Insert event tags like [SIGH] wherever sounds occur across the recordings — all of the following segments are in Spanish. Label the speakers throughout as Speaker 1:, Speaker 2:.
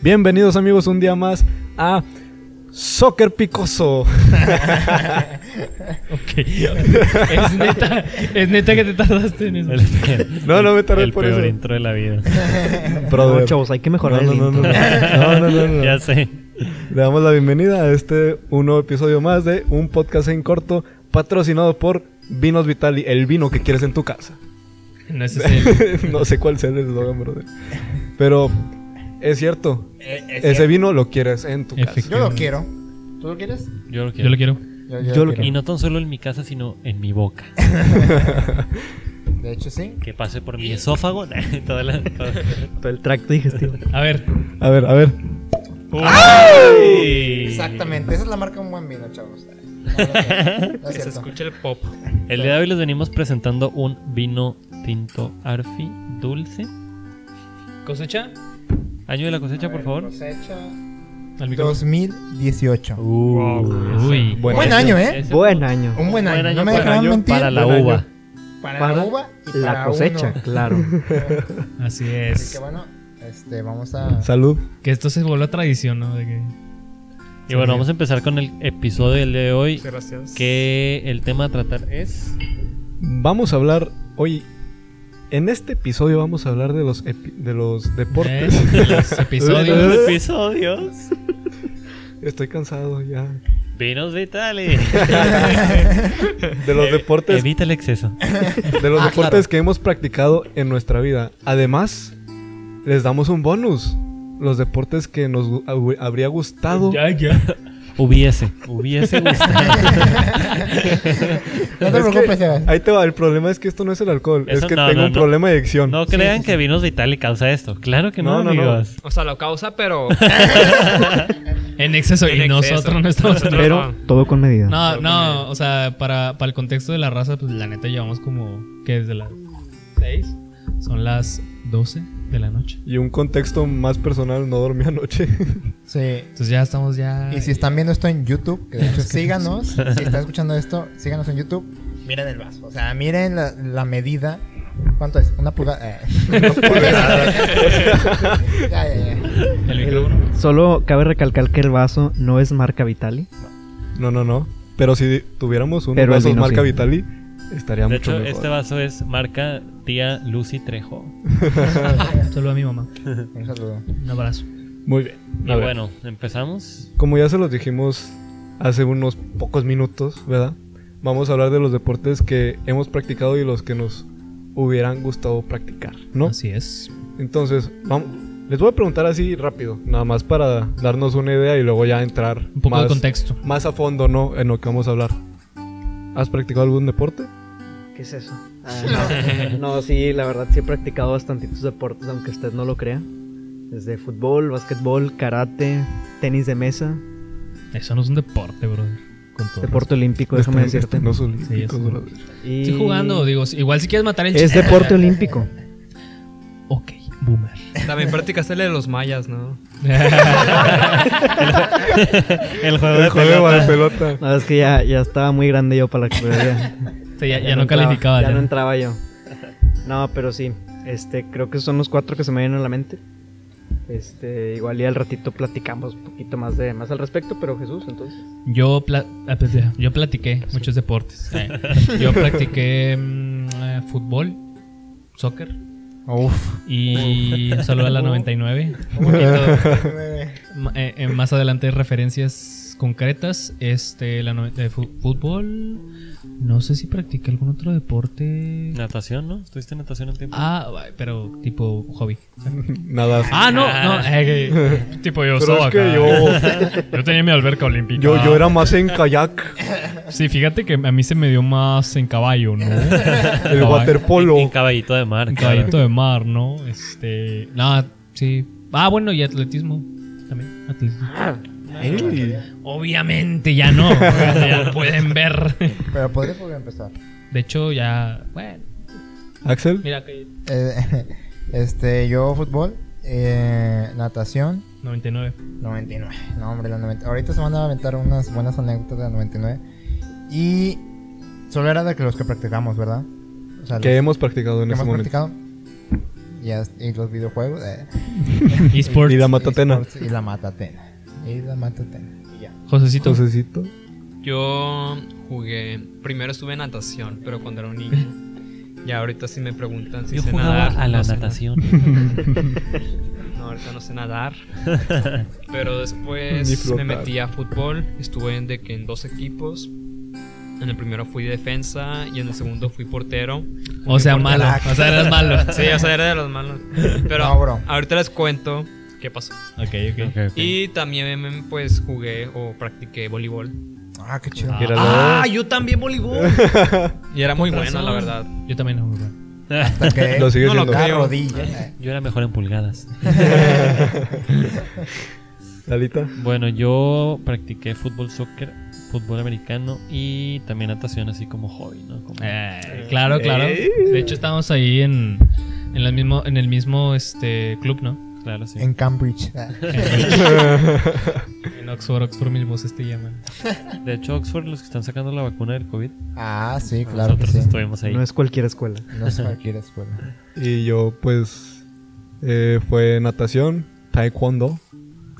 Speaker 1: Bienvenidos amigos un día más a Soccer Picoso.
Speaker 2: [LAUGHS]
Speaker 3: Ok. Es neta, es neta que te tardaste en eso.
Speaker 1: No, no me tardé
Speaker 2: el
Speaker 1: por
Speaker 2: peor
Speaker 1: eso.
Speaker 2: intro de la
Speaker 1: [LAUGHS]
Speaker 2: vida.
Speaker 1: [LAUGHS] Brother.
Speaker 4: No, chavos, pues, hay que
Speaker 1: no,
Speaker 4: mejorar
Speaker 1: no,
Speaker 4: el
Speaker 1: no, no.
Speaker 4: intro.
Speaker 1: [LAUGHS] No, no, no, no.
Speaker 2: [LAUGHS] ya sé.
Speaker 1: Le damos la bienvenida a este un nuevo episodio más de un podcast en corto patrocinado por Vinos Vitali, el vino que quieres en tu casa.
Speaker 3: No, ese es
Speaker 1: [LAUGHS]
Speaker 3: el-
Speaker 1: no sé cuál sea el eslogan, brother. Pero es cierto,
Speaker 5: Eh, es
Speaker 1: ese
Speaker 5: cierto.
Speaker 1: vino lo quieres en tu casa.
Speaker 3: Efectivamente.
Speaker 5: Yo lo quiero. ¿Tú lo quieres?
Speaker 2: Yo lo
Speaker 3: Yo
Speaker 2: quiero.
Speaker 3: lo quiero.
Speaker 5: Yo,
Speaker 4: Yo lo
Speaker 2: Y no tan solo en mi casa, sino en mi boca.
Speaker 5: De hecho, sí.
Speaker 2: Que pase por mi esófago. [LAUGHS] toda la- toda-
Speaker 4: Todo el tracto digestivo.
Speaker 3: A ver.
Speaker 1: A ver, a ver.
Speaker 2: ¡Ay!
Speaker 5: Exactamente. Esa es la marca de un buen vino, [LAUGHS] chavos. No, no es cierto. No es
Speaker 3: Que se
Speaker 5: cierto.
Speaker 3: escuche el pop.
Speaker 2: El día de hoy les venimos presentando un vino tinto arfi dulce.
Speaker 3: Cosecha
Speaker 2: Año de la cosecha, por favor.
Speaker 5: Cosecha
Speaker 3: al micrófono.
Speaker 5: 2018.
Speaker 2: Uy.
Speaker 1: Buen
Speaker 5: Buen año, ¿eh?
Speaker 2: Ese-
Speaker 4: Buen año.
Speaker 5: Un buen
Speaker 2: Buen
Speaker 5: año. no
Speaker 2: año
Speaker 5: me
Speaker 2: para-
Speaker 5: dejarán mentir.
Speaker 2: para la
Speaker 1: Buen año.
Speaker 2: uva.
Speaker 5: Para
Speaker 4: para
Speaker 5: la uva y para
Speaker 4: La
Speaker 5: [LAUGHS]
Speaker 4: cosecha,
Speaker 5: uno.
Speaker 4: claro.
Speaker 3: Así
Speaker 5: Así que
Speaker 3: es.
Speaker 5: bueno, este, vamos a.
Speaker 1: Salud.
Speaker 3: Que esto se volvió tradición, ¿no? De que...
Speaker 2: Y bueno, vamos a empezar con el episodio del día de hoy.
Speaker 3: Gracias.
Speaker 2: Que el tema a
Speaker 1: Eh,
Speaker 2: tratar es.
Speaker 1: Vamos a hablar hoy. En este episodio vamos a hablar de los, epi- de los deportes.
Speaker 3: ¿eh? Los episodios.
Speaker 4: [LAUGHS]
Speaker 1: eh.
Speaker 2: episodios.
Speaker 1: Estoy cansado ya.
Speaker 2: Vinos [LAUGHS] vitales.
Speaker 1: De los
Speaker 2: [LAUGHS] Eh,
Speaker 1: deportes,
Speaker 2: Evita el exceso.
Speaker 1: de los
Speaker 5: Ah,
Speaker 1: deportes
Speaker 5: claro.
Speaker 1: que hemos practicado en nuestra vida. Además, les damos un bonus. Los deportes que nos gu- hab- habría gustado.
Speaker 3: Ya, ya.
Speaker 2: Hubiese. Hubiese gustado.
Speaker 5: No te
Speaker 1: Es que-
Speaker 5: preocupes, Sebas.
Speaker 1: Ahí te va, el problema es que esto no es el alcohol, es
Speaker 2: Eso-
Speaker 1: que
Speaker 2: no,
Speaker 1: tengo
Speaker 2: no,
Speaker 1: un
Speaker 2: no.
Speaker 1: problema de adicción.
Speaker 2: No crean que Vinos Vitali causa esto. Claro que no,
Speaker 1: No, no, no.
Speaker 2: amigos.
Speaker 6: O sea, lo causa, pero.
Speaker 3: En exceso.
Speaker 6: En
Speaker 3: y
Speaker 6: exceso.
Speaker 3: nosotros no estamos
Speaker 6: Nosotros
Speaker 3: haciendo-
Speaker 4: Pero todo con medida.
Speaker 3: No, no, o sea, para, para el contexto de la raza, pues la neta llevamos como que desde las 6 son las 12 de la noche.
Speaker 1: Y un contexto más personal, no dormí [LAUGHS] anoche.
Speaker 5: Sí.
Speaker 3: Entonces ya estamos ya.
Speaker 5: Y si están viendo esto en YouTube, que de hecho síganos, si están escuchando esto, síganos en YouTube, miren el vaso. O sea, miren la, la medida. ¿Cuánto es? Una pulgada. eh, [LAUGHS] una pulgada. [LAUGHS] ya, ya, ya.
Speaker 3: el micrófono.
Speaker 4: Solo cabe recalcar que el vaso no es marca Vitali.
Speaker 1: No, no, no. Pero si tuviéramos un
Speaker 4: Pero el
Speaker 1: vaso
Speaker 4: vino
Speaker 1: marca
Speaker 4: sí.
Speaker 1: Vitali, estaría
Speaker 2: De
Speaker 1: mucho
Speaker 2: hecho,
Speaker 1: mejor.
Speaker 2: este vaso es marca tía Lucy Trejo.
Speaker 3: Saludo a mi mamá.
Speaker 5: Un saludo.
Speaker 3: Un abrazo.
Speaker 1: Muy bien.
Speaker 2: Y
Speaker 1: A ver.
Speaker 2: bueno, empezamos.
Speaker 1: Como ya se los dijimos hace unos pocos minutos, ¿verdad? Vamos a hablar de los deportes que hemos practicado y los que nos hubieran gustado practicar, ¿no?
Speaker 3: Así es.
Speaker 1: Entonces, vamos. Les voy a preguntar así rápido, nada más para darnos una idea y luego ya entrar
Speaker 3: Un poco
Speaker 1: más,
Speaker 3: de contexto.
Speaker 1: más a fondo, ¿no? En lo que vamos a hablar. ¿Has practicado algún deporte?
Speaker 4: ¿Qué es eso? Ah,
Speaker 6: [LAUGHS]
Speaker 4: no. No, sí, la verdad sí he practicado bastantitos deportes, aunque usted no lo crea. Desde fútbol, básquetbol, karate, tenis de mesa,
Speaker 3: Eso no es un deporte, bro. Con todo.
Speaker 4: deporte olímpico, déjame
Speaker 1: Están-
Speaker 4: decirte.
Speaker 1: están los
Speaker 3: Sí, ya
Speaker 1: olímpicos,
Speaker 3: sé.
Speaker 1: brother.
Speaker 4: Y-
Speaker 3: Estoy jugando, digo, si- igual si quieres matar el
Speaker 4: Es
Speaker 3: chiste.
Speaker 4: deporte olímpico.
Speaker 3: Ok, boomer. [LAUGHS]
Speaker 6: [LAUGHS] También practicaste el de los mayas, ¿no?
Speaker 2: El juego de
Speaker 1: El juego de
Speaker 2: pelota.
Speaker 1: pelota.
Speaker 4: No, es que ya, ya estaba muy grande yo para la carrera.
Speaker 6: [LAUGHS]
Speaker 3: O sea, ya, ya
Speaker 4: no
Speaker 3: no
Speaker 4: entraba,
Speaker 3: calificaba.
Speaker 4: Ya
Speaker 3: ya.
Speaker 4: no
Speaker 1: [LAUGHS]
Speaker 4: entraba yo. No, pero sí. Este, creo que son los cuatro que se me vienen a la mente. Este, igual y al ratito platicamos un poquito más de más al respecto, pero Jesús, entonces.
Speaker 3: Yo, pla- ah, pues, ya, yo platiqué muchos deportes. Eh, Yo practiqué mm, eh, fútbol, soccer
Speaker 5: Uf.
Speaker 3: y un saludo a la 99. Un poquito ma- eh, eh, más adelante referencias concretas. Este, la noven- de fu- fútbol. No sé si practiqué algún otro deporte.
Speaker 2: Natación, ¿no? ¿Estuviste en natación un tiempo?
Speaker 3: Ah, va- pero tipo hobby.
Speaker 1: Nada.
Speaker 3: Ah, no, no. eh, eh, tipo yo
Speaker 1: Pero
Speaker 3: soy
Speaker 1: es que
Speaker 3: acá.
Speaker 1: yo-
Speaker 3: [LAUGHS] Yo tenía mi alberca olímpica.
Speaker 1: Yo, yo era más en kayak,
Speaker 3: Sí, fíjate que a mí se me dio más en
Speaker 1: [LAUGHS]
Speaker 3: caballo, ¿no?
Speaker 1: el
Speaker 3: Caballo.
Speaker 1: waterpolo.
Speaker 2: En, en caballito de mar.
Speaker 3: En
Speaker 2: cara.
Speaker 3: caballito de mar, ¿no? Este. Nada, sí. Ah, bueno, y atletismo. También, atletismo.
Speaker 1: Ey,
Speaker 3: Obviamente ya no. ya lo pueden ver.
Speaker 5: Pero podrías volver a empezar.
Speaker 3: De hecho, ya. Bueno,
Speaker 1: Axel,
Speaker 3: mira que.
Speaker 5: Eh, [LAUGHS] este, yo fútbol, eh, natación,
Speaker 3: 99.
Speaker 5: 99. No, hombre, la 90. Ahorita se van a aventar unas buenas anécdotas de la 99. Y solo era de que los que practicamos, ¿verdad? O sea,
Speaker 1: Que
Speaker 5: los
Speaker 1: hemos practicado en
Speaker 5: que
Speaker 1: ese
Speaker 5: hemos
Speaker 1: momento.
Speaker 5: practicado. Y, as- y los videojuegos. eh,
Speaker 3: eSports.
Speaker 1: Y la matatena.
Speaker 5: esports Y la matatena. Y la matatena. Y ya.
Speaker 3: Josecito.
Speaker 1: Josecito.
Speaker 6: Yo jugué. Primero estuve en natación, pero cuando era un niño. Y ahorita sí me preguntan si
Speaker 2: Yo
Speaker 6: sé
Speaker 2: jugaba
Speaker 6: nadar.
Speaker 2: a la
Speaker 6: no sé
Speaker 2: natación. [LAUGHS]
Speaker 6: nadar. No, ahorita no sé nadar. Pero
Speaker 1: Ni
Speaker 6: después me
Speaker 1: flotar.
Speaker 6: metí a fútbol. Estuve en, de que en dos equipos. En el primero fui defensa y en el segundo
Speaker 2: [LAUGHS]
Speaker 6: fui portero.
Speaker 3: O sea, malo.
Speaker 5: Carac.
Speaker 3: O sea, eras malo.
Speaker 1: [LAUGHS]
Speaker 6: Sí, o sea, era de los malos. Pero
Speaker 5: No, bro.
Speaker 6: ahorita les cuento qué pasó.
Speaker 3: Ok, ok.
Speaker 6: Y también pues jugué o practiqué voleibol.
Speaker 5: Ah, qué chido.
Speaker 1: Míralo.
Speaker 6: yo también voleibol. y era muy
Speaker 3: Con
Speaker 6: buena, la
Speaker 3: razón.
Speaker 6: verdad.
Speaker 3: Yo también jugué.
Speaker 5: Hasta que
Speaker 1: [LAUGHS] Lo sigue
Speaker 6: No lo
Speaker 1: siendo.
Speaker 5: la
Speaker 6: creo.
Speaker 5: rodilla. eh.
Speaker 2: Yo era mejor en pulgadas.
Speaker 5: [LAUGHS]
Speaker 1: Lalita.
Speaker 2: Bueno, yo practiqué fútbol, soccer, fútbol americano y también natación así como hobby, ¿no? Como-
Speaker 3: Eh, claro, claro. De hecho, estábamos ahí en, en, la mismo, en el mismo este, club, ¿no?
Speaker 2: Claro, sí.
Speaker 5: En Cambridge. eh.
Speaker 3: En Oxford, Oxford mismos este llaman.
Speaker 2: De hecho, Oxford, los que están sacando la vacuna del COVID,
Speaker 5: Ah, sí, claro que
Speaker 2: nosotros
Speaker 5: sí.
Speaker 2: estuvimos ahí.
Speaker 4: No es cualquier escuela.
Speaker 5: No es cualquier escuela.
Speaker 1: Y yo, pues, eh, fue natación, taekwondo,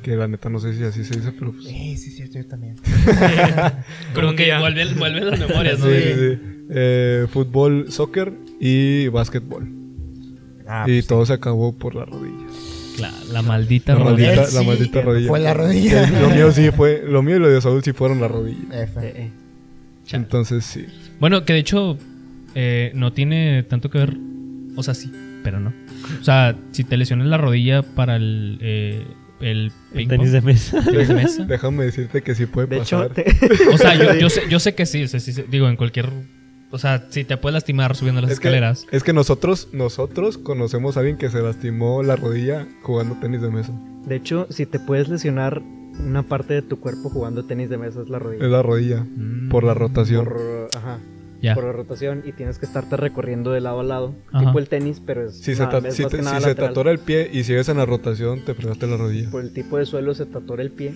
Speaker 1: que la neta no sé si así se dice, pero pues...
Speaker 5: Eh, sí, es cierto, yo también.
Speaker 3: Como
Speaker 6: Creo que
Speaker 3: que
Speaker 6: ya.
Speaker 3: vuelve, vuelve las memorias, ¿no?
Speaker 1: Sí, sí, sí. Eh, fútbol, soccer y básquetbol.
Speaker 5: Ah,
Speaker 1: y
Speaker 5: pues sí.
Speaker 1: todo se acabó por la rodilla.
Speaker 3: La, la maldita
Speaker 1: La
Speaker 3: rodilla.
Speaker 1: maldita,
Speaker 5: Él
Speaker 1: la
Speaker 5: sí,
Speaker 1: maldita
Speaker 5: que
Speaker 1: rodilla.
Speaker 5: Fue la rodilla.
Speaker 1: Eh, Lo mío sí fue, lo mío y lo de Saúl sí fueron la rodilla.
Speaker 5: F.
Speaker 4: Eh, eh.
Speaker 3: Chale.
Speaker 1: Entonces sí.
Speaker 3: Bueno, que de hecho eh, no tiene tanto que ver. O sea, sí, pero no. O sea, si te lesionas la rodilla para el, eh, el
Speaker 2: El
Speaker 3: ping
Speaker 2: tenis de mesa.
Speaker 3: de mesa.
Speaker 1: Déjame decirte que sí puede
Speaker 4: De hecho,
Speaker 1: pasar.
Speaker 4: te-
Speaker 3: O sea, yo, yo sé, yo sé que sí, o sea, sí, sí, Digo, en cualquier. O sea, si te puedes lastimar subiendo las
Speaker 1: Es que-
Speaker 3: escaleras.
Speaker 1: Es que nosotros, nosotros conocemos a alguien que se lastimó la rodilla jugando tenis de mesa.
Speaker 4: [LAUGHS] de hecho, si te puedes lesionar una parte de tu cuerpo jugando tenis de mesa es la
Speaker 1: Es
Speaker 4: rodilla.
Speaker 1: la rodilla.
Speaker 3: Mm,
Speaker 1: Por la rotación.
Speaker 4: Por, ajá,
Speaker 3: Ya.
Speaker 4: por la rotación y tienes que estarte recorriendo de lado a lado,
Speaker 3: Ajá.
Speaker 4: tipo el tenis, pero es,
Speaker 1: Si, se,
Speaker 4: nada,
Speaker 1: ta-
Speaker 4: Ah, es
Speaker 1: si
Speaker 4: más
Speaker 1: te,
Speaker 4: que nada
Speaker 1: si se te
Speaker 4: lateral. Pues,
Speaker 1: atora el pie y sigues en la rotación, te fregaste la rodilla.
Speaker 4: por el tipo de suelo se tatora el pie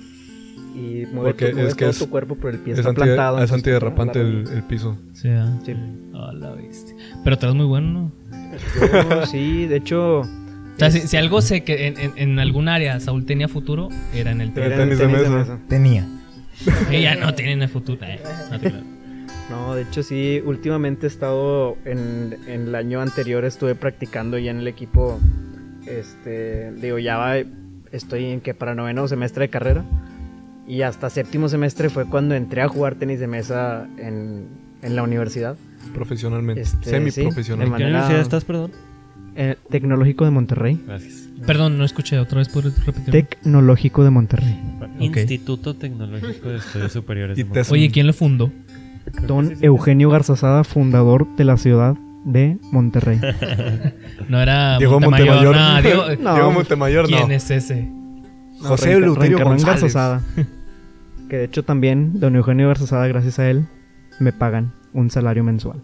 Speaker 4: y mueve,
Speaker 1: Porque
Speaker 4: tu- mueve
Speaker 1: es que
Speaker 4: todo
Speaker 1: es-
Speaker 4: tu cuerpo, pero el pie
Speaker 1: Es,
Speaker 4: está
Speaker 1: anti-
Speaker 4: plantado.
Speaker 1: es
Speaker 4: entonces,
Speaker 1: antiderrapante
Speaker 4: la
Speaker 1: el,
Speaker 4: rodilla.
Speaker 1: el piso.
Speaker 3: Sí, ah.
Speaker 4: Sí.
Speaker 3: Ah, la bestia. Pero te das muy bueno, ¿no?
Speaker 4: Yo, sí, de hecho,
Speaker 3: O sea, si, si algo sé que en, en- en algún área Saúl tenía futuro, era en el
Speaker 1: Pero
Speaker 4: era
Speaker 3: tenis.
Speaker 4: en
Speaker 1: tenis de mesa.
Speaker 5: Tenía.
Speaker 3: Ella no tiene futuro. eh, no te creo.
Speaker 4: No, de hecho sí, últimamente he estado en, en el año anterior estuve practicando ya en el equipo, este, digo ya va, estoy en que para noveno semestre de carrera y hasta séptimo semestre fue cuando entré a jugar tenis de mesa en, en la universidad,
Speaker 1: Profesionalmente.
Speaker 4: Este,
Speaker 1: semiprofesional.
Speaker 4: sí, de
Speaker 2: ¿Qué
Speaker 4: manera-
Speaker 2: universidad estás, perdón?
Speaker 4: Eh, Tecnológico de Monterrey.
Speaker 2: Gracias.
Speaker 3: Perdón, no escuché otra vez por repetir.
Speaker 4: Tecnológico de Monterrey.
Speaker 3: Ok.
Speaker 2: Instituto Tecnológico de Estudios Superiores.
Speaker 1: Y
Speaker 2: de
Speaker 1: te-
Speaker 2: Monterrey.
Speaker 3: Oye, ¿quién lo fundó?
Speaker 4: Don Eugenio Garzazada, fundador de la ciudad de
Speaker 3: [LAUGHS]
Speaker 4: Monterrey.
Speaker 3: No era
Speaker 1: Diego
Speaker 3: Montemayor.
Speaker 1: Montemayor.
Speaker 3: nah, Diego-
Speaker 4: No.
Speaker 1: Diego Montemayor, [LAUGHS] no.
Speaker 3: ¿Quién es ese?
Speaker 1: José Eleuterio
Speaker 4: Renca- Rencarrón
Speaker 1: González. [LAUGHS]
Speaker 4: Garzazada. Que de hecho también, don Eugenio Garzazada, gracias a él, me pagan un salario mensual.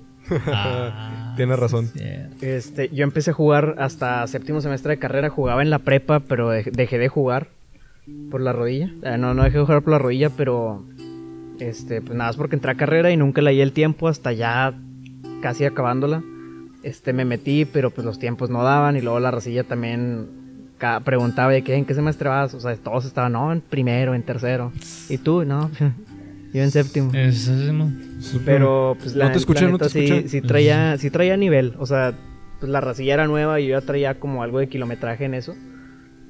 Speaker 3: Ah,
Speaker 1: Tiene razón.
Speaker 3: sí, cierto.
Speaker 4: Este, yo empecé a jugar hasta séptimo semestre de carrera, jugaba en la prepa, pero dej- dejé de jugar por la rodilla. Eh, no, no dejé de jugar por la rodilla, pero este, pues nada, es porque entré a carrera y nunca leí el tiempo hasta ya casi acabándola. Este, me metí, pero pues los tiempos no daban y luego la racilla también ca- preguntaba de qué, en qué semestre vas, o sea, todos estaban, no, en primero, en tercero. ¿Y tú? No, [LAUGHS] yo en séptimo.
Speaker 3: Eso es, no.
Speaker 4: Pero pues la,
Speaker 1: No te escuché,
Speaker 4: la
Speaker 1: no te
Speaker 4: neta, sí-
Speaker 1: escuché.
Speaker 4: sí traía, sí traía nivel. O sea, pues la racilla era nueva y yo ya traía como algo de kilometraje en eso.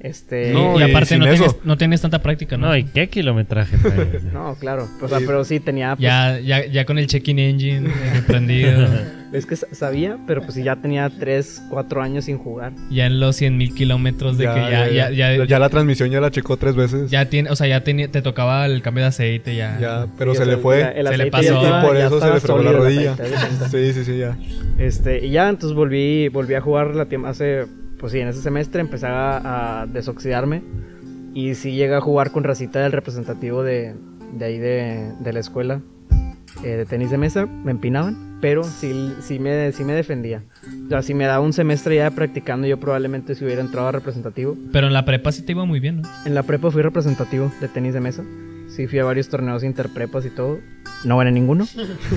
Speaker 4: Este.
Speaker 1: No,
Speaker 3: y,
Speaker 1: y
Speaker 3: aparte
Speaker 1: sin
Speaker 3: no
Speaker 1: eso.
Speaker 3: tienes, no tienes tanta práctica, ¿no?
Speaker 2: No, ¿y qué kilometraje? traes?
Speaker 4: [LAUGHS] No, claro. O sea, pero sí tenía. pues,
Speaker 3: ya, ya, ya con el check-in engine eh, prendido,
Speaker 1: [LAUGHS]
Speaker 4: Es que sa- sabía, pero pues sí ya tenía 3, 4 años sin jugar.
Speaker 3: ya en los 100.000 mil kilómetros Pues de que ya, ya, ya, ya,
Speaker 1: la transmisión ya la checó tres veces. Ya,
Speaker 3: tiene, o sea, ya tenía- te tocaba el cambio de aceite, ya.
Speaker 1: pero
Speaker 4: Y, o
Speaker 1: se
Speaker 4: sea,
Speaker 1: le
Speaker 4: ya
Speaker 1: fue.
Speaker 4: el
Speaker 3: se le
Speaker 4: aceite
Speaker 3: pasó.
Speaker 4: ya
Speaker 1: Y
Speaker 4: estaba-
Speaker 1: por
Speaker 4: ya
Speaker 1: eso se
Speaker 4: estaba
Speaker 1: le fregó la
Speaker 4: sólido el
Speaker 1: rodilla.
Speaker 4: aceite, haz de cuenta.
Speaker 1: Sí, sí, sí, ya.
Speaker 4: Este, y ya, entonces volví, volví a jugar la tiempo hace, pues sí, en ese semestre empecé a, a desoxidarme y sí llegué a jugar con Racita del representativo de, de ahí de, de la escuela eh, de tenis de mesa, me empinaban, pero sí, sí, me, sí me defendía. O sea, si me daba un semestre ya practicando, yo probablemente si hubiera entrado a representativo.
Speaker 3: Pero en la prepa sí te iba muy bien, ¿no?
Speaker 4: En la prepa fui representativo de tenis de mesa, sí fui a varios torneos interprepas y todo, No gané ninguno,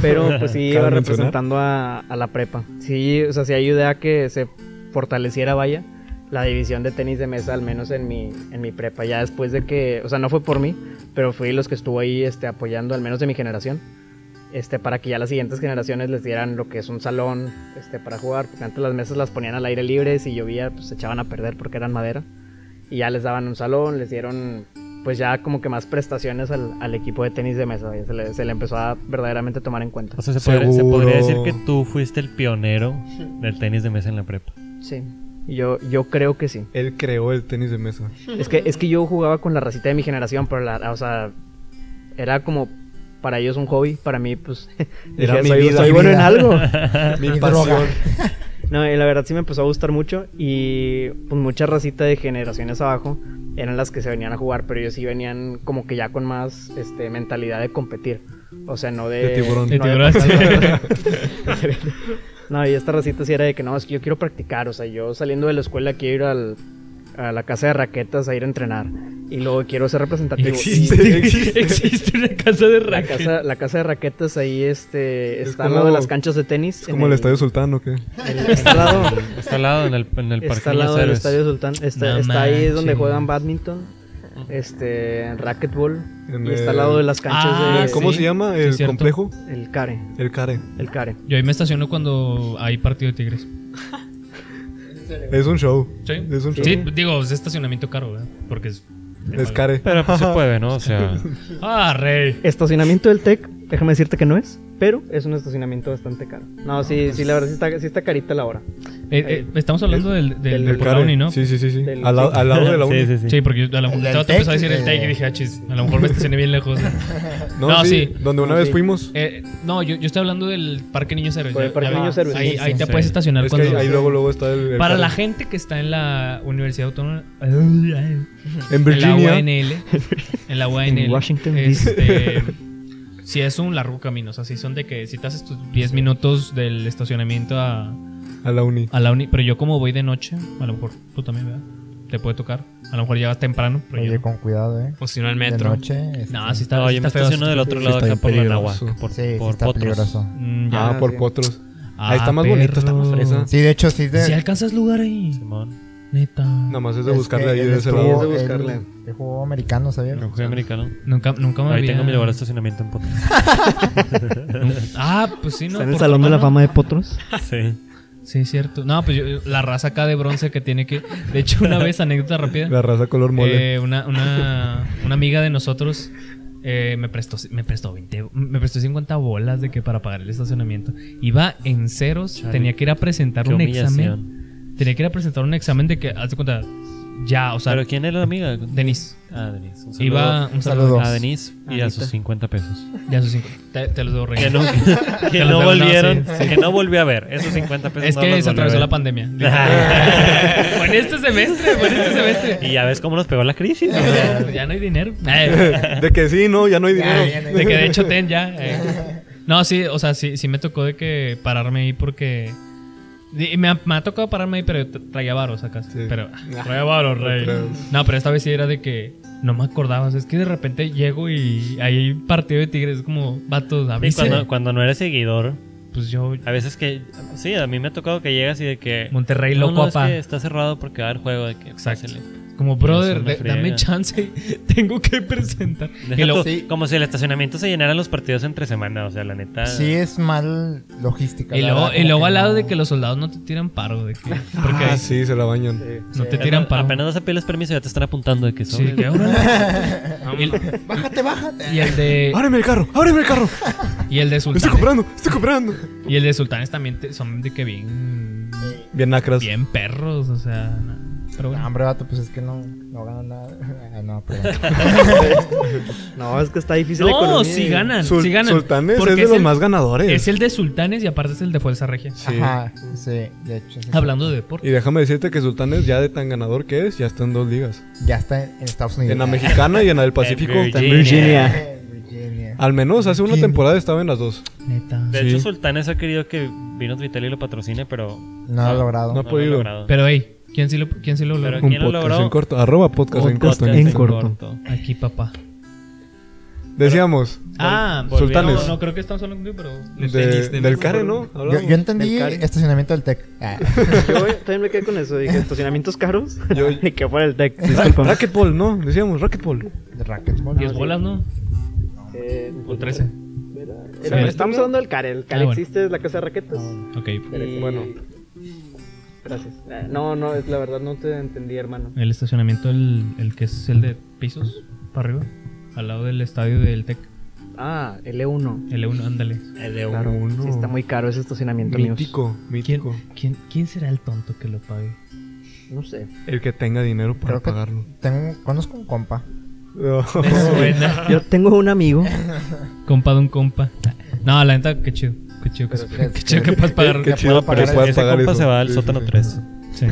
Speaker 4: pero pues sí iba
Speaker 1: Cabe mencionar.
Speaker 4: representando a, a la prepa. Sí, o sea, sí ayudé a que se fortaleciera, vaya, la división de tenis de mesa, al menos en mi, en mi prepa. Ya después de que, o sea, no fue por mí, pero fui los que estuvo ahí este, apoyando, al menos de mi generación, este, para que ya las siguientes generaciones les dieran lo que es un salón este, para jugar. Porque antes las mesas las ponían al aire libre, si llovía, pues se echaban a perder porque eran madera. Y ya les daban un salón, les dieron pues ya como que más prestaciones al, al equipo de tenis de mesa. vaya, Se le, se le empezó a verdaderamente tomar en cuenta.
Speaker 2: O sea, se podría, se
Speaker 1: Seguro.
Speaker 2: podría decir que tú fuiste el pionero del tenis de mesa en la prepa.
Speaker 4: Sí. Yo, yo creo que sí.
Speaker 1: Él creó el tenis de mesa.
Speaker 4: Es que, es que yo jugaba con la racita de mi generación, pero la, o sea, era como para ellos un hobby, para mí pues [LAUGHS]
Speaker 1: Era
Speaker 4: dije,
Speaker 1: mi
Speaker 4: soy,
Speaker 1: vida,
Speaker 4: soy
Speaker 1: mi
Speaker 4: bueno en
Speaker 1: vida". [LAUGHS]
Speaker 4: algo.
Speaker 1: Mi
Speaker 5: Mi droga.
Speaker 1: pasión.
Speaker 4: No, y la verdad sí me empezó a gustar mucho y pues mucha racita de generaciones abajo eran las que se venían a jugar, pero ellos sí venían como que ya con más este, mentalidad de competir. O sea, no de...
Speaker 1: De tiburón.
Speaker 3: De
Speaker 4: no
Speaker 3: tiburón.
Speaker 4: [LAUGHS]
Speaker 3: [LAUGHS]
Speaker 4: no, y esta racita sí era de que no, es que yo quiero practicar, o sea, yo saliendo de la escuela quiero ir al- a la casa de raquetas a ir a entrenar y luego quiero ser
Speaker 3: [LAUGHS]
Speaker 4: representativo.
Speaker 3: Existe, existe una casa de
Speaker 4: Y La
Speaker 3: raquetas.
Speaker 4: casa, la casa de raquetas ahí este,
Speaker 1: Es
Speaker 4: está al lado de
Speaker 1: como-
Speaker 4: las canchas de tenis.
Speaker 1: Es
Speaker 4: en
Speaker 1: como el estadio sultano, ¿qué?
Speaker 4: el- está al lado,
Speaker 2: Está al lado en el, en el parque
Speaker 4: está al lado del Estadio Sultán. Está,
Speaker 3: No
Speaker 4: está ahí es donde
Speaker 3: manches.
Speaker 4: juegan badminton, este, racquetball.
Speaker 1: En
Speaker 4: y está
Speaker 1: el-
Speaker 4: al lado de las canchas
Speaker 3: Ah,
Speaker 4: de.
Speaker 1: ¿Cómo
Speaker 3: sí.
Speaker 1: se llama
Speaker 3: Sí,
Speaker 1: el
Speaker 3: es cierto.
Speaker 1: complejo?
Speaker 4: El care.
Speaker 1: El care.
Speaker 4: El care.
Speaker 3: Yo ahí me estaciono cuando hay partido de Tigres.
Speaker 1: Es un show.
Speaker 3: Sí.
Speaker 1: Es un show.
Speaker 3: Sí, digo, es estacionamiento caro, ¿verdad? Porque es.
Speaker 1: Es care.
Speaker 2: Pero pues se puede, ¿no? O sea,
Speaker 3: ¡Ah, rey!
Speaker 4: Estacionamiento del TEC, déjame decirte que no es, pero es un estacionamiento bastante caro. No, sí,
Speaker 3: pues
Speaker 4: sí, la verdad, sí está, sí está carita la hora.
Speaker 3: Eh, eh, estamos hablando del, del,
Speaker 1: El
Speaker 3: por la
Speaker 1: care.
Speaker 3: uni, ¿no? Sí.
Speaker 1: Sí, sí, sí. sí.
Speaker 4: Del-
Speaker 1: Al, lado- al lado de la uni.
Speaker 2: sí, sí, sí.
Speaker 3: porque yo a lo mejor
Speaker 5: del
Speaker 3: estaba te empezó a
Speaker 5: Tec,
Speaker 3: decir el
Speaker 5: eh.
Speaker 3: tech y dije, ah, chis, a lo mejor me estacioné bien lejos.
Speaker 1: No,
Speaker 3: No,
Speaker 1: sí,
Speaker 3: sí.
Speaker 1: Donde una
Speaker 4: No,
Speaker 1: vez
Speaker 4: sí.
Speaker 1: fuimos.
Speaker 3: Eh, no, yo, yo estoy hablando del Parque Niños Héroes.
Speaker 4: Por el
Speaker 3: Ya-
Speaker 4: Parque
Speaker 3: ya-
Speaker 4: Niños Héroes,
Speaker 3: Ahí,
Speaker 4: sí,
Speaker 3: ahí
Speaker 2: sí,
Speaker 3: te
Speaker 2: sí.
Speaker 3: puedes estacionar
Speaker 1: Es que
Speaker 3: cuando.
Speaker 1: ahí, ahí luego, luego está el. el
Speaker 3: para
Speaker 1: care.
Speaker 3: la gente que está en la Universidad Autónoma.
Speaker 1: En
Speaker 3: En la E.
Speaker 1: Virginia.
Speaker 3: UNL. En la UNL.
Speaker 4: En Washington,
Speaker 3: Este, si es un largo camino. O sea, si son de que si te haces tus 10 minutos del estacionamiento a,
Speaker 1: A la uni.
Speaker 3: a la uni. Pero yo, como voy de noche, a lo mejor tú también, ¿verdad? Te puede tocar. A lo mejor llegas temprano. Pero yo
Speaker 5: Oye,
Speaker 3: no.
Speaker 5: con cuidado, eh.
Speaker 6: O si no el
Speaker 5: De
Speaker 6: metro.
Speaker 5: noche. este,
Speaker 3: No, si está,
Speaker 2: no,
Speaker 3: sí
Speaker 2: yo me
Speaker 3: está feo,
Speaker 2: estaciono
Speaker 3: sí
Speaker 2: del
Speaker 3: está
Speaker 2: otro
Speaker 5: Sí,
Speaker 2: lado
Speaker 5: está
Speaker 2: acá
Speaker 5: bien
Speaker 2: por la
Speaker 1: peligroso.
Speaker 2: Nahuac, por,
Speaker 5: sí, sí
Speaker 2: por
Speaker 5: está
Speaker 2: Potros.
Speaker 5: peligroso.
Speaker 3: feo. Mm, ya,
Speaker 1: Ah, por
Speaker 3: sí.
Speaker 1: potros.
Speaker 3: Ah,
Speaker 1: ahí está más bonito, está más
Speaker 3: perro.
Speaker 1: fresa.
Speaker 5: Sí, de hecho, sí. De,
Speaker 3: Si alcanzas lugar ahí.
Speaker 2: Simón,
Speaker 3: Neta.
Speaker 1: Nada más es
Speaker 5: es
Speaker 1: de
Speaker 5: que
Speaker 1: buscarle ahí
Speaker 5: él
Speaker 1: de ese
Speaker 5: estuvo-
Speaker 1: lado.
Speaker 4: Es de buscarle.
Speaker 5: él- él jugó americano, ¿sabías?
Speaker 2: yo fui americano.
Speaker 3: Nunca, nunca me
Speaker 2: Ahí
Speaker 3: había-
Speaker 2: tengo mi lugar de estacionamiento en Potros.
Speaker 3: [LAUGHS] Ah, pues sí, no.
Speaker 4: Está en el
Speaker 3: por
Speaker 4: Salón
Speaker 3: tu
Speaker 4: de la
Speaker 3: mano.
Speaker 4: Fama
Speaker 3: [LAUGHS]
Speaker 4: de Potros.
Speaker 2: Sí.
Speaker 3: Sí, cierto. No, pues yo- la raza acá de bronce que tiene que. De hecho, una vez, anécdota rápida.
Speaker 1: La raza color mole.
Speaker 3: eh, una, una, una amiga de nosotros eh, me prestó me prestó 20, me prestó 50 bolas de que para pagar el estacionamiento. Iba en ceros,
Speaker 2: Chale.
Speaker 3: tenía que ir a presentar
Speaker 2: Qué
Speaker 3: un
Speaker 2: humillación.
Speaker 3: examen. Tenía que ir a presentar un examen de que, haz de cuenta, ya, o sea,
Speaker 2: ¿Pero quién era la amiga?
Speaker 3: Denis.
Speaker 2: Ah, Denise. Un saludo
Speaker 3: Iba un
Speaker 5: saludo.
Speaker 3: saludo.
Speaker 2: a Denise y a sus 50
Speaker 3: [LAUGHS]
Speaker 2: pesos.
Speaker 3: Ya sus cinco. Te, te los debo
Speaker 2: Que
Speaker 3: regalar.
Speaker 2: no, [LAUGHS] que
Speaker 3: los
Speaker 2: no
Speaker 3: debo-
Speaker 2: volvieron,
Speaker 3: no, sí, sí.
Speaker 2: que no volví a ver. Esos 50 pesos
Speaker 3: Es
Speaker 2: no
Speaker 3: que
Speaker 2: los
Speaker 3: se
Speaker 2: volví a
Speaker 3: atravesó
Speaker 2: ver. [LAUGHS]
Speaker 3: la pandemia. Fue en este semestre, fue en
Speaker 2: [LAUGHS]
Speaker 3: este semestre.
Speaker 2: Y ya ves cómo nos pegó la crisis.
Speaker 3: [LAUGHS]
Speaker 2: ¿no?
Speaker 3: Ya no
Speaker 2: [LAUGHS]
Speaker 3: hay dinero. Eh.
Speaker 1: [LAUGHS] De que sí, no, ya no hay dinero.
Speaker 5: ya no hay
Speaker 3: De que de hecho ten ya. eh. No, sí, o sea, sí, sí me tocó de que pararme ahí porque. y Me ha, me ha tocado pararme ahí, pero yo tra- traía varos acá.
Speaker 1: Sí.
Speaker 3: Pero, ah, traía varos, rey.
Speaker 1: Otra vez.
Speaker 3: No, pero esta vez sí era de que no me acordaba. o sea, es que de repente llego y ahí hay partido de tigres. Es como, vatos, a
Speaker 2: Y cuando, cuando no eres seguidor,
Speaker 3: Pues yo,
Speaker 2: a veces que. Sí, a mí me ha tocado que llegas y de que.
Speaker 3: Monterrey,
Speaker 2: no,
Speaker 3: loco,
Speaker 2: no, es
Speaker 3: apá.
Speaker 2: que está cerrado porque va a haber juego. De que,
Speaker 3: Exacto.
Speaker 2: pásale.
Speaker 3: Como, brother,
Speaker 2: una
Speaker 3: de- dame
Speaker 2: friega.
Speaker 3: chance. [LAUGHS] Tengo que presentar.
Speaker 2: Deja
Speaker 3: Y luego,
Speaker 2: tú,
Speaker 5: Sí.
Speaker 2: Como si el estacionamiento se llenara los partidos entre semana. O sea, la neta.
Speaker 5: Sí, es mal logística.
Speaker 3: y
Speaker 5: la
Speaker 3: luego,
Speaker 5: verdad,
Speaker 3: y
Speaker 5: como
Speaker 3: luego al lado
Speaker 5: no.
Speaker 3: de que los soldados no te tiran paro. De que, porque
Speaker 1: Ah, sí, se la bañan.
Speaker 3: no te
Speaker 2: Apenas-
Speaker 3: tiran paro.
Speaker 2: Apenas das a pedirles permiso, ya te están apuntando de que son.
Speaker 3: Sí, de que, "Órale". [LAUGHS] Y-
Speaker 5: Bájate, bájate.
Speaker 3: Y el de
Speaker 1: Ábreme el carro, ábreme el carro.
Speaker 3: y el de
Speaker 1: Estoy
Speaker 3: sultanes
Speaker 1: comprando, estoy comprando.
Speaker 3: y el de sultanes también te- son de que bien
Speaker 1: Bien nacras.
Speaker 3: bien perros, o sea, no. pero
Speaker 5: No,
Speaker 3: bueno.
Speaker 5: hombre, vato, pues es que no, no gano nada. [LAUGHS] Ah, no,
Speaker 3: [LAUGHS]
Speaker 5: perdón.
Speaker 4: No, es que está difícil. la
Speaker 3: No,
Speaker 4: economía.
Speaker 3: si ganan,
Speaker 1: Sul-
Speaker 3: si ganan.
Speaker 1: Sultanes
Speaker 3: Porque
Speaker 1: es de
Speaker 3: es
Speaker 1: los
Speaker 3: el-
Speaker 1: más ganadores.
Speaker 3: Es el de sultanes y aparte es el de fuerza regia.
Speaker 1: Sí.
Speaker 5: Ajá, sí, de hecho. sí.
Speaker 3: Hablando de
Speaker 1: Y
Speaker 3: deporte.
Speaker 1: déjame decirte que Sultanes ya de tan ganador que es, ya está en dos ligas.
Speaker 5: Ya está en en Estados Unidos.
Speaker 1: En la mexicana y en la del Pacífico.
Speaker 2: En Virginia.
Speaker 4: Virginia.
Speaker 5: Eh, Virginia.
Speaker 1: Al menos hace una
Speaker 5: Virginia.
Speaker 1: temporada estaba en las dos.
Speaker 3: Neta.
Speaker 2: De
Speaker 1: Sí.
Speaker 2: hecho, Sultanes ha querido que Vinos Vitali lo patrocine, pero.
Speaker 5: No lo he logrado.
Speaker 1: Ah, No.
Speaker 2: lo ha
Speaker 1: podido.
Speaker 2: logrado.
Speaker 3: Pero hey, ¿quién sí lo quién sí lo
Speaker 2: Pero
Speaker 3: logró?
Speaker 1: Un
Speaker 2: quién lo
Speaker 1: podcast
Speaker 2: logró?
Speaker 1: en corto. Arroba podcast, en
Speaker 2: Podcast
Speaker 1: corto.
Speaker 4: en corto.
Speaker 3: Aquí, papá.
Speaker 1: Decíamos,
Speaker 3: Ah,
Speaker 1: Vol- sultanes.
Speaker 3: No, no, creo que estamos hablando contigo, pero.
Speaker 6: De
Speaker 1: de-
Speaker 6: tenis, de
Speaker 1: del
Speaker 6: mesa,
Speaker 1: care, ¿no?
Speaker 6: perdón.
Speaker 5: Yo,
Speaker 1: Hablábamos.
Speaker 5: yo entendí
Speaker 4: Del Cari.
Speaker 5: estacionamiento del TEC.
Speaker 3: [LAUGHS]
Speaker 5: Ah.
Speaker 4: Yo también me quedé con eso. Dije, estacionamientos caros.
Speaker 1: Yo-
Speaker 4: [LAUGHS] y que fuera el tech.
Speaker 1: Ra-
Speaker 4: Disculpa.
Speaker 1: Racquetball, no, decíamos racquetball.
Speaker 5: De racquetball.
Speaker 3: 10 bolas, ¿no?
Speaker 4: Eh,
Speaker 3: O 13.
Speaker 4: era-
Speaker 3: Sí.
Speaker 4: Eh, estamos hablando del care. El care
Speaker 3: Ah, bueno. Ah,
Speaker 4: existe, es la casa de raquetas.
Speaker 3: Ok.
Speaker 4: Y-
Speaker 1: Bueno.
Speaker 4: Gracias. Eh, No, no, es la verdad no te entendí, hermano.
Speaker 3: El estacionamiento, el, el que es el de pisos, para arriba. Al lado del estadio del Tec.
Speaker 4: Ah, L1.
Speaker 3: L1, E ándale.
Speaker 1: Claro, uno.
Speaker 4: Sí, está muy caro ese estacionamiento, amigos.
Speaker 1: mítico,
Speaker 3: ¿Quién,
Speaker 1: mítico.
Speaker 3: quién, quién será el tonto que lo pague?
Speaker 4: No sé.
Speaker 1: El que tenga dinero para
Speaker 5: Creo que- [LAUGHS]
Speaker 1: pagarlo.
Speaker 5: Tengo, conozco un compa.
Speaker 1: [LAUGHS]
Speaker 4: Yo tengo un amigo. [LAUGHS]
Speaker 3: Compa de un compa. No, la neta, qué chido. Qué chido que, [LAUGHS]
Speaker 5: Pero
Speaker 3: qué
Speaker 5: que-
Speaker 3: chido que puedas pagarlo.
Speaker 1: Qué
Speaker 5: Que
Speaker 1: chido,
Speaker 5: pueda
Speaker 1: pero
Speaker 5: pagar-
Speaker 1: puedas
Speaker 2: ese
Speaker 1: pagar
Speaker 2: compa
Speaker 1: eso.
Speaker 2: se va al
Speaker 1: Sí, sí,
Speaker 2: sótano
Speaker 1: sí.
Speaker 2: 3.
Speaker 3: Sí.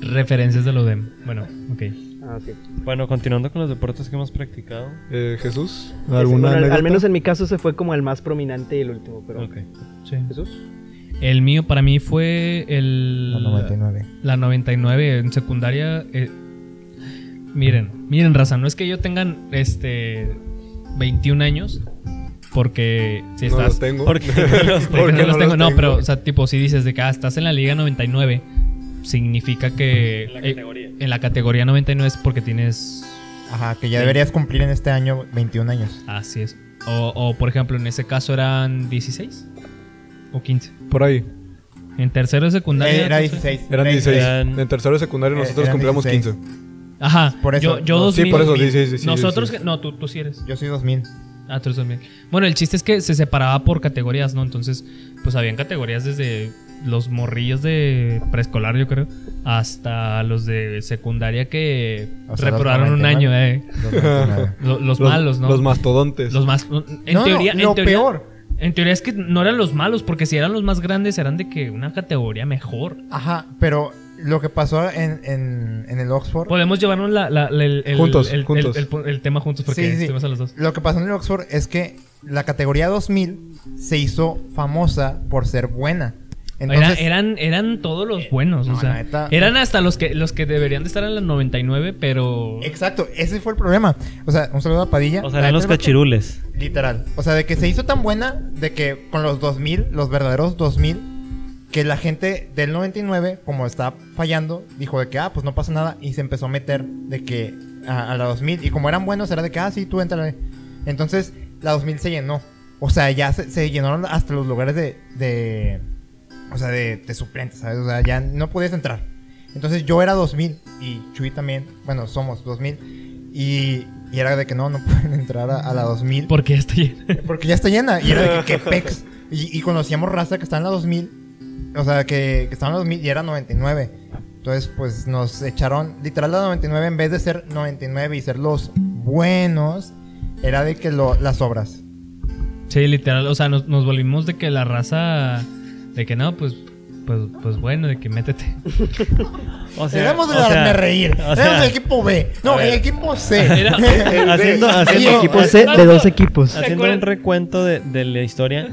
Speaker 3: Referencias de lo dem. Bueno, ok.
Speaker 4: Ah, sí.
Speaker 2: Bueno, continuando con los deportes que hemos practicado.
Speaker 1: Eh, Jesús,
Speaker 4: Ese,
Speaker 1: ¿alguna
Speaker 4: bueno, al,
Speaker 1: anécdota?
Speaker 4: al menos en mi caso se fue como el más prominente y el último, pero
Speaker 2: Ok.
Speaker 3: Sí.
Speaker 4: Jesús.
Speaker 3: El mío para mí fue el.
Speaker 5: No, 99.
Speaker 3: La 99 en secundaria. eh, miren, miren, raza. No es que yo tengan este 21 años. Porque si
Speaker 1: No
Speaker 3: estás.
Speaker 1: los tengo.
Speaker 2: Porque
Speaker 3: porque no, los tengo. No,
Speaker 1: tengo?
Speaker 3: pero, o sea, tipo, si dices de que ah, estás en la Liga 99, significa que. eh, En la categoría. 99 es porque tienes.
Speaker 5: Ajá, que ya deberías cumplir en este año 21 años.
Speaker 3: Así es. O, o, por ejemplo, en ese caso eran 16 o 15.
Speaker 1: Por ahí,
Speaker 3: En tercero de secundaria.
Speaker 5: Eh, Era
Speaker 3: ¿no?
Speaker 5: 16.
Speaker 1: eran 16.
Speaker 2: Eran-
Speaker 1: En tercero de secundaria
Speaker 5: Eh,
Speaker 1: nosotros
Speaker 5: eran
Speaker 1: cumplíamos
Speaker 5: 16.
Speaker 1: 15.
Speaker 3: Ajá.
Speaker 5: Por eso.
Speaker 3: Yo, yo
Speaker 5: No,
Speaker 3: 2000.
Speaker 1: sí, por eso, sí, sí, sí, sí,
Speaker 3: Nosotros
Speaker 1: sí.
Speaker 3: que- No, tú, tú sí eres.
Speaker 5: Yo
Speaker 1: [LAUGHS]
Speaker 5: soy 2000.
Speaker 3: Ah, tú eres 2000. Bueno, el chiste es que se separaba por categorías, ¿no? Entonces, pues habían categorías desde los morrillos de preescolar, yo creo, hasta los de secundaria que
Speaker 5: O sea, los
Speaker 3: reprobaron un
Speaker 5: 99.
Speaker 3: año, ¿eh?
Speaker 5: Los 99.
Speaker 3: Lo- Los, malos, ¿no?
Speaker 1: Los mastodontes.
Speaker 3: Los más. En
Speaker 5: No, no,
Speaker 3: teoría. en
Speaker 5: lo
Speaker 3: teoría-
Speaker 5: peor.
Speaker 3: En teoría es que no eran los malos, porque si eran los más grandes, eran de que una categoría mejor.
Speaker 5: Ajá, pero lo que pasó en, en, en el Oxford.
Speaker 3: Podemos llevarnos la, la- la- el, el-
Speaker 1: Juntos,
Speaker 3: el- el-
Speaker 1: juntos.
Speaker 3: el- el- el tema juntos, porque
Speaker 5: Sí, sí, sí.
Speaker 3: estuvimos a los dos.
Speaker 5: Lo que pasó en el Oxford es que la categoría 2000 se hizo famosa por ser buena. Entonces, eh,
Speaker 3: Era- eran, eran todos los buenos,
Speaker 5: no,
Speaker 3: o sea,
Speaker 5: la neta. eh.
Speaker 3: eran hasta los que, los que deberían de estar en la 99, pero...
Speaker 5: Exacto, ese fue el problema. O sea, un saludo a Padilla.
Speaker 2: O sea, eran los
Speaker 5: La neta,
Speaker 2: cachirules.
Speaker 5: Literal. O sea, de que se hizo tan buena de que con los 2000, los verdaderos 2000, que la gente del 99, como estaba fallando, dijo de que, ah, pues no pasa nada. Y se empezó a meter de que a, a la 2000. Y como eran buenos, era de que, ah, sí, tú entra. Entonces, la 2000 se llenó. O sea, ya se, se llenaron hasta los lugares de. de o sea, de, de suplentes, ¿sabes? O sea, ya no podías entrar. Entonces yo era 2000 y Chuy también, bueno, somos 2000 y, y era de que no, [LAUGHS] no pueden entrar a, a la 2000
Speaker 3: Porque está lleno.
Speaker 5: porque ya está llena. Y era de que, qué pex. Y, y conocíamos raza que estaba en la 2000. O sea, que, que estaba en la 2000 y era 99. Entonces, pues nos echaron literal la 99 en vez de ser 99 y ser los buenos. Era de que lo- las obras.
Speaker 3: [LAUGHS] Sí, literal, o sea, nos, nos volvimos de que la raza... De que no, pues... Pues, pues bueno, de que métete.
Speaker 2: O
Speaker 5: Debemos de
Speaker 2: o sea,
Speaker 5: darme a reír.
Speaker 2: o sea,
Speaker 5: Éramos el equipo B. No,
Speaker 2: a ver.
Speaker 5: [LAUGHS] el equipo
Speaker 2: [LAUGHS]
Speaker 5: C.
Speaker 2: haciendo, haciendo,
Speaker 5: El equipo
Speaker 2: haciendo
Speaker 4: C Pues, eh, de dos equipos.
Speaker 3: Ah,
Speaker 2: haciendo un recuento de, de la historia.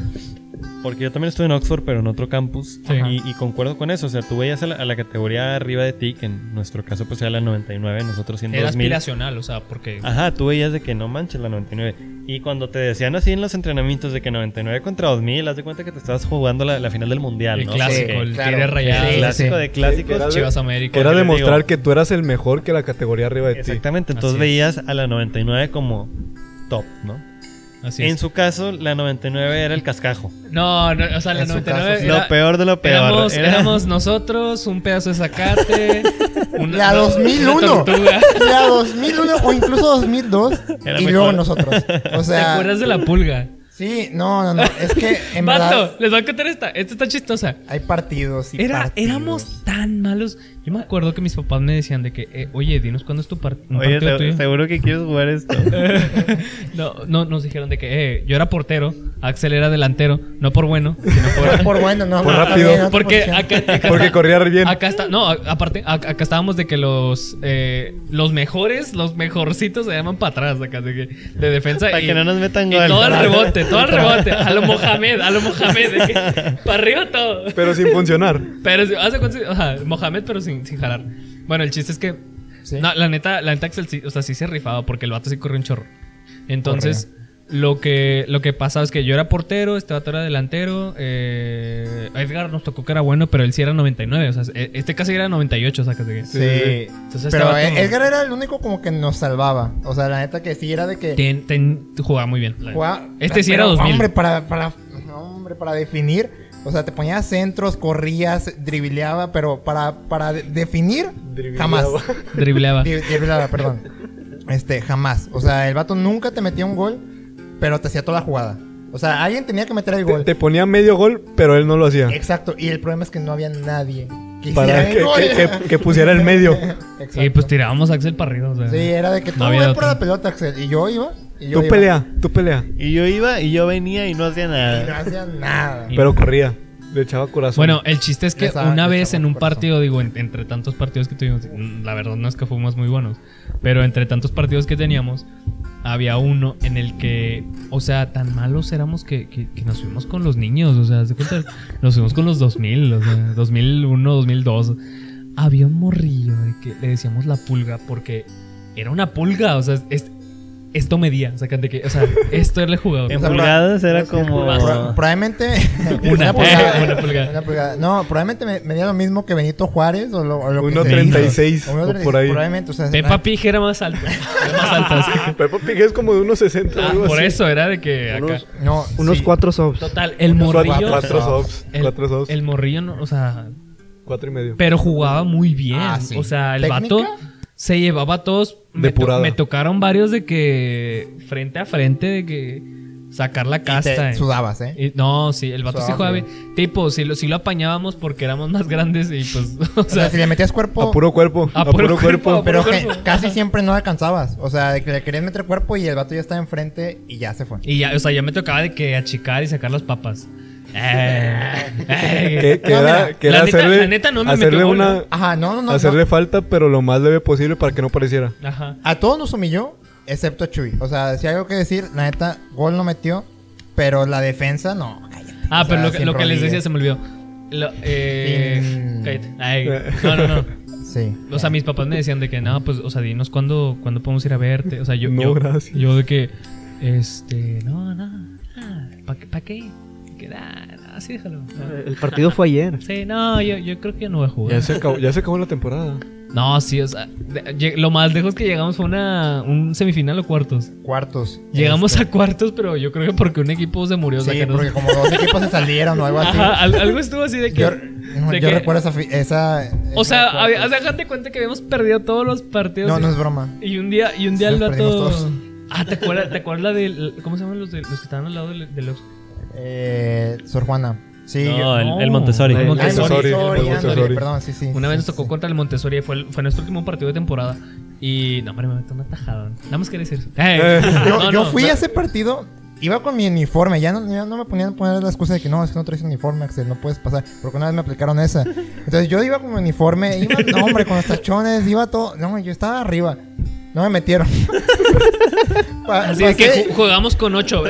Speaker 2: Porque yo también estuve en Oxford, pero en otro campus.
Speaker 3: Sí.
Speaker 2: Y, y concuerdo con eso. O sea, tú veías a la, a la categoría arriba de ti, que en nuestro caso pues era la 99, nosotros siendo
Speaker 3: Era
Speaker 2: 2000.
Speaker 3: aspiracional, o sea, porque...
Speaker 2: Ajá, tú veías de que no manches la 99. Y cuando te decían así en los entrenamientos de que 99 contra 2000, haz de cuenta que te estabas jugando la, la final del mundial.
Speaker 3: el
Speaker 2: ¿no?
Speaker 3: clásico,
Speaker 2: Sí,
Speaker 3: el
Speaker 5: claro.
Speaker 3: tigre rayado,
Speaker 2: el clásico de
Speaker 1: Sí,
Speaker 2: clásicos.
Speaker 1: que era de-
Speaker 3: Chivas América.
Speaker 1: Que era
Speaker 2: Porque les
Speaker 1: demostrar
Speaker 2: digo-
Speaker 1: que tú eras el mejor que la categoría arriba de ti.
Speaker 2: Exactamente, entonces
Speaker 3: Así
Speaker 2: veías a la 99 como top, ¿no?
Speaker 3: Así
Speaker 2: en
Speaker 3: es.
Speaker 2: su caso, la 99 era el cascajo.
Speaker 3: No, no, o sea, la
Speaker 5: en su
Speaker 3: 99
Speaker 5: caso,
Speaker 3: era-
Speaker 2: lo peor de lo peor.
Speaker 3: Éramos,
Speaker 2: Era-
Speaker 3: éramos nosotros, un pedazo
Speaker 2: [LAUGHS]
Speaker 3: de zacate, una,
Speaker 5: La
Speaker 3: una
Speaker 5: 2001.
Speaker 3: tortuga.
Speaker 5: La 2001 o incluso 2002.
Speaker 2: Era
Speaker 5: y
Speaker 2: mejor.
Speaker 5: luego nosotros. O
Speaker 3: ¿Te
Speaker 5: sea.
Speaker 3: acuerdas de la pulga?
Speaker 5: Sí, no, no, no. Es que en verdad.
Speaker 3: Vato, les voy a contar esta. Esta está chistosa.
Speaker 5: Hay partidos y
Speaker 3: Era,
Speaker 5: partidos.
Speaker 3: éramos tan malos. Yo me acuerdo que mis papás me decían de que, eh, oye, dinos cuándo es tu par-
Speaker 2: [LAUGHS]
Speaker 3: un
Speaker 2: Oye,
Speaker 3: partido
Speaker 2: se-
Speaker 3: tuyo.
Speaker 2: seguro que quieres jugar esto.
Speaker 3: [LAUGHS] No, no, nos dijeron de que, eh, yo era portero, Axel era delantero, no por bueno, sino
Speaker 5: [LAUGHS] Por,
Speaker 3: por...
Speaker 5: por bueno, no.
Speaker 1: Por
Speaker 5: no,
Speaker 1: rápido.
Speaker 5: también, no te
Speaker 3: Porque
Speaker 5: pusieron.
Speaker 3: acá, acá
Speaker 1: Porque
Speaker 3: está-
Speaker 1: corría re bien.
Speaker 3: Acá está, no, a- aparte, a- acá estábamos de que los eh, los mejores, los mejorcitos se llaman para atrás, acá de, que- de defensa.
Speaker 2: Para
Speaker 3: y-
Speaker 2: que no nos metan
Speaker 3: y
Speaker 2: gol.
Speaker 3: todo el rebote,
Speaker 2: [LAUGHS]
Speaker 3: todo el rebote. A lo Mohamed, a lo Mohamed. de que para arriba todo.
Speaker 1: Pero sin funcionar.
Speaker 3: Pero, si- hace cuánto- o sea, Mohamed, pero sin, sin jalar. Bueno, el chiste es que. No, la neta, la neta Axel sí, o sea, sí se rifaba porque el vato sí corrió un chorro. Entonces, lo que, lo que pasaba es que yo era portero, este vato era delantero. eh, Edgar nos tocó que era bueno, pero él sí era 99. O sea, e- este casi era 98, o sea, que-
Speaker 5: Sí. este
Speaker 3: Entonces
Speaker 5: Pero e-
Speaker 3: estaba como-
Speaker 5: Edgar era el único como que nos salvaba. O sea, la neta que sí era de que.
Speaker 3: Ten- ten- jugaba muy bien. la neta.
Speaker 5: jugaba-
Speaker 3: Este sí era
Speaker 5: pero,
Speaker 3: 2000.
Speaker 5: Hombre, para, para, no, hombre, para definir. O sea, te ponías centros, corrías, dribileaba, pero para, para de- definir, [LAUGHS] jamás.
Speaker 3: Dribleaba.
Speaker 5: Dri- Driblaba, perdón. Este, jamás. O sea, el vato nunca te metía un gol, pero te hacía toda la jugada. O sea, alguien tenía que meter el
Speaker 1: Te,
Speaker 5: gol.
Speaker 1: te ponía medio gol, pero él no lo hacía.
Speaker 5: Exacto. Y el problema es que no había nadie que
Speaker 1: Para
Speaker 5: hiciera el
Speaker 1: que,
Speaker 5: gol.
Speaker 1: que- que- que pusiera el medio.
Speaker 5: Exacto.
Speaker 3: Y pues tirábamos a Axel para arriba. o sea.
Speaker 5: Sí, era de que tú
Speaker 3: No había
Speaker 5: ven
Speaker 3: otro.
Speaker 5: por la pelota, Axel. Y yo iba. Y [LAUGHS] yo
Speaker 1: Tú
Speaker 5: iba.
Speaker 1: pelea, tú pelea.
Speaker 2: Y yo iba y yo venía y no hacía
Speaker 5: Y no
Speaker 2: nada.
Speaker 5: hacía nada.
Speaker 1: Pero corría. Le echaba corazón.
Speaker 3: Bueno,
Speaker 1: [LAUGHS]
Speaker 3: el chiste es que
Speaker 5: Ya estaba-
Speaker 3: una
Speaker 5: ya
Speaker 3: vez
Speaker 5: estaba
Speaker 3: en un
Speaker 5: por eso.
Speaker 3: partido, digo, en- entre tantos partidos que tuvimos, mm, la verdad no es que fuimos muy buenos, pero entre tantos partidos que teníamos, había uno en el que, o sea, tan malos éramos que, que- que nos fuimos con los niños, o sea, ¿se cuenta? nos fuimos con los 2000, o sea, 2001, 2002. Había un morrillo de que le decíamos la pulga porque era una pulga, o sea, es- esto medía, o sea, que- de que, o sea, esto era el jugador.
Speaker 2: [LAUGHS] En
Speaker 5: O sea,
Speaker 2: pulgadas era como.
Speaker 5: Pro- probablemente. [LAUGHS]
Speaker 3: Una,
Speaker 5: pulgada.
Speaker 3: una pulgada.
Speaker 5: Una pulgada. No, probablemente me, me diera lo mismo que Benito Juárez o lo, o lo que
Speaker 1: Uno
Speaker 5: se
Speaker 1: treinta y
Speaker 5: hizo.
Speaker 1: seis,
Speaker 5: O uno
Speaker 1: o
Speaker 5: treinta y
Speaker 1: por
Speaker 5: seis,
Speaker 1: ahí.
Speaker 5: Probablemente, o sea,
Speaker 3: Peppa Pig era más alta, era más alta, así que-
Speaker 1: Peppa Pig es como de unos 60.
Speaker 3: Ah,
Speaker 1: algo
Speaker 3: por
Speaker 1: así.
Speaker 3: eso era de que acá.
Speaker 1: Unos-
Speaker 5: no,
Speaker 4: Unos
Speaker 5: sí.
Speaker 4: cuatro subs.
Speaker 3: Total, el
Speaker 1: Cuatro,
Speaker 3: morrillo.
Speaker 1: cuatro subs.
Speaker 3: el-
Speaker 1: cuatro subs.
Speaker 3: El morrillo, no, o sea.
Speaker 1: cuatro y medio.
Speaker 3: Pero jugaba muy bien.
Speaker 5: Ah, sí.
Speaker 3: O sea, el
Speaker 5: ¿Técnica?
Speaker 3: vato se llevaba a todos. Me, to-
Speaker 1: Depurada.
Speaker 3: me tocaron varios de que. Frente a frente, de que. Sacar la
Speaker 5: Y te
Speaker 3: casta. eh.
Speaker 5: sudabas, ¿eh?
Speaker 3: Y- no, sí, el vato sí
Speaker 5: Suave.
Speaker 3: jugaba bien. Tipo, sí lo, sí lo apañábamos porque éramos más grandes y pues. [LAUGHS] O
Speaker 5: O sea,
Speaker 3: sea,
Speaker 5: si le metías cuerpo,
Speaker 1: A puro cuerpo. A, puro, cuerpo.
Speaker 3: a
Speaker 5: pero
Speaker 3: puro
Speaker 5: que-
Speaker 3: cuerpo.
Speaker 5: casi siempre no alcanzabas. O sea, de que le querías meter cuerpo y el vato ya estaba enfrente y ya se fue.
Speaker 3: y ya, o sea, ya me tocaba de que achicar y sacar las papas.
Speaker 1: [LAUGHS]
Speaker 3: Eh, eh.
Speaker 1: Que, que
Speaker 5: No,
Speaker 1: era,
Speaker 5: mira,
Speaker 1: que
Speaker 3: la
Speaker 1: era
Speaker 3: neta-
Speaker 1: hacerle,
Speaker 3: la neta no me
Speaker 1: hacerle
Speaker 3: metió gol,
Speaker 1: una,
Speaker 3: ¿no?
Speaker 5: Ajá, no, no, no.
Speaker 1: hacerle
Speaker 5: no.
Speaker 1: falta, pero lo más leve posible para que no pareciera.
Speaker 3: Ajá.
Speaker 5: A todos nos humilló, excepto a Chuy. O sea, si hay algo que decir, la neta, gol no metió, pero la defensa no. cállate.
Speaker 3: Ah,
Speaker 5: O
Speaker 3: pero
Speaker 5: sea,
Speaker 3: lo, que-
Speaker 5: sin
Speaker 3: lo que les decía
Speaker 5: rodillas.
Speaker 3: se me olvidó. Lo- eh,
Speaker 5: Sin-
Speaker 3: cállate.
Speaker 5: [LAUGHS]
Speaker 3: Ay, no, no, no.
Speaker 5: Sí.
Speaker 3: O sea, mis papás me decían de que, no, pues, o sea, dinos cuándo, cuándo podemos ir a verte. O sea, yo.
Speaker 1: No,
Speaker 3: yo,
Speaker 1: gracias.
Speaker 3: Yo de que, este, no, no, ¿para qué? ¿Para qué? Que, nah, nah, sí, déjalo.
Speaker 4: El partido fue ayer.
Speaker 3: Sí, no, yo, yo creo que no voy a jugar.
Speaker 1: Ya se acabó, ya se acabó la temporada.
Speaker 3: No, sí, o sea, de- lleg- lo más lejos que llegamos fue una, un semifinal o cuartos.
Speaker 5: Cuartos.
Speaker 3: Llegamos
Speaker 5: Este,
Speaker 3: a cuartos, pero yo creo que porque un equipo se murió. o sea,
Speaker 5: Sí,
Speaker 3: que nos-
Speaker 5: porque como dos equipos
Speaker 3: [LAUGHS]
Speaker 5: se salieron o algo así.
Speaker 3: Ajá, al- algo estuvo así de que.
Speaker 5: Yo,
Speaker 3: de
Speaker 5: yo
Speaker 3: que-
Speaker 5: recuerdo esa, fi- esa.
Speaker 3: O sea,
Speaker 5: esa-
Speaker 3: había- o sea, hazte cuenta que habíamos perdido todos los partidos.
Speaker 5: pues. No,
Speaker 3: y-
Speaker 5: no es broma.
Speaker 3: Y un día, y un día
Speaker 5: Sí,
Speaker 3: el
Speaker 5: nos
Speaker 3: vato.
Speaker 5: perdimos todos.
Speaker 3: Ah, ¿te acuerdas, ¿te acuerdas la del. ¿Cómo se llaman los, de, los que estaban al lado del, del Oxxo?
Speaker 5: Eh, Sor Juana. Sí,
Speaker 2: No,
Speaker 5: yo.
Speaker 2: el,
Speaker 3: no.
Speaker 2: el Montessori.
Speaker 4: El
Speaker 5: Ay,
Speaker 1: Montessori,
Speaker 5: Montessori,
Speaker 1: el
Speaker 5: ándale,
Speaker 1: Montessori.
Speaker 5: Perdón, sí, sí.
Speaker 3: Una vez nos
Speaker 5: sí,
Speaker 3: tocó
Speaker 5: sí.
Speaker 3: contra el Montessori, fue, el- fue nuestro último partido de temporada. Y no, hombre, me metió una tajada. Nada más quería decir eso. [LAUGHS] ¡Ey!
Speaker 5: Eh, Yo,
Speaker 3: No,
Speaker 5: yo
Speaker 3: no,
Speaker 5: fui
Speaker 3: no.
Speaker 5: a ese partido, iba con mi uniforme, ya no, ya no me ponían a poner la excusa de que no, es que no traes uniforme, Axel, no puedes pasar, porque una vez me aplicaron esa. Entonces yo iba con mi uniforme, iba, no hombre, con los tachones, iba todo, no, yo estaba arriba, no
Speaker 3: [LAUGHS]
Speaker 5: me metieron. Pa-
Speaker 3: Así es que
Speaker 5: pasé-
Speaker 3: ju- jugamos con 8,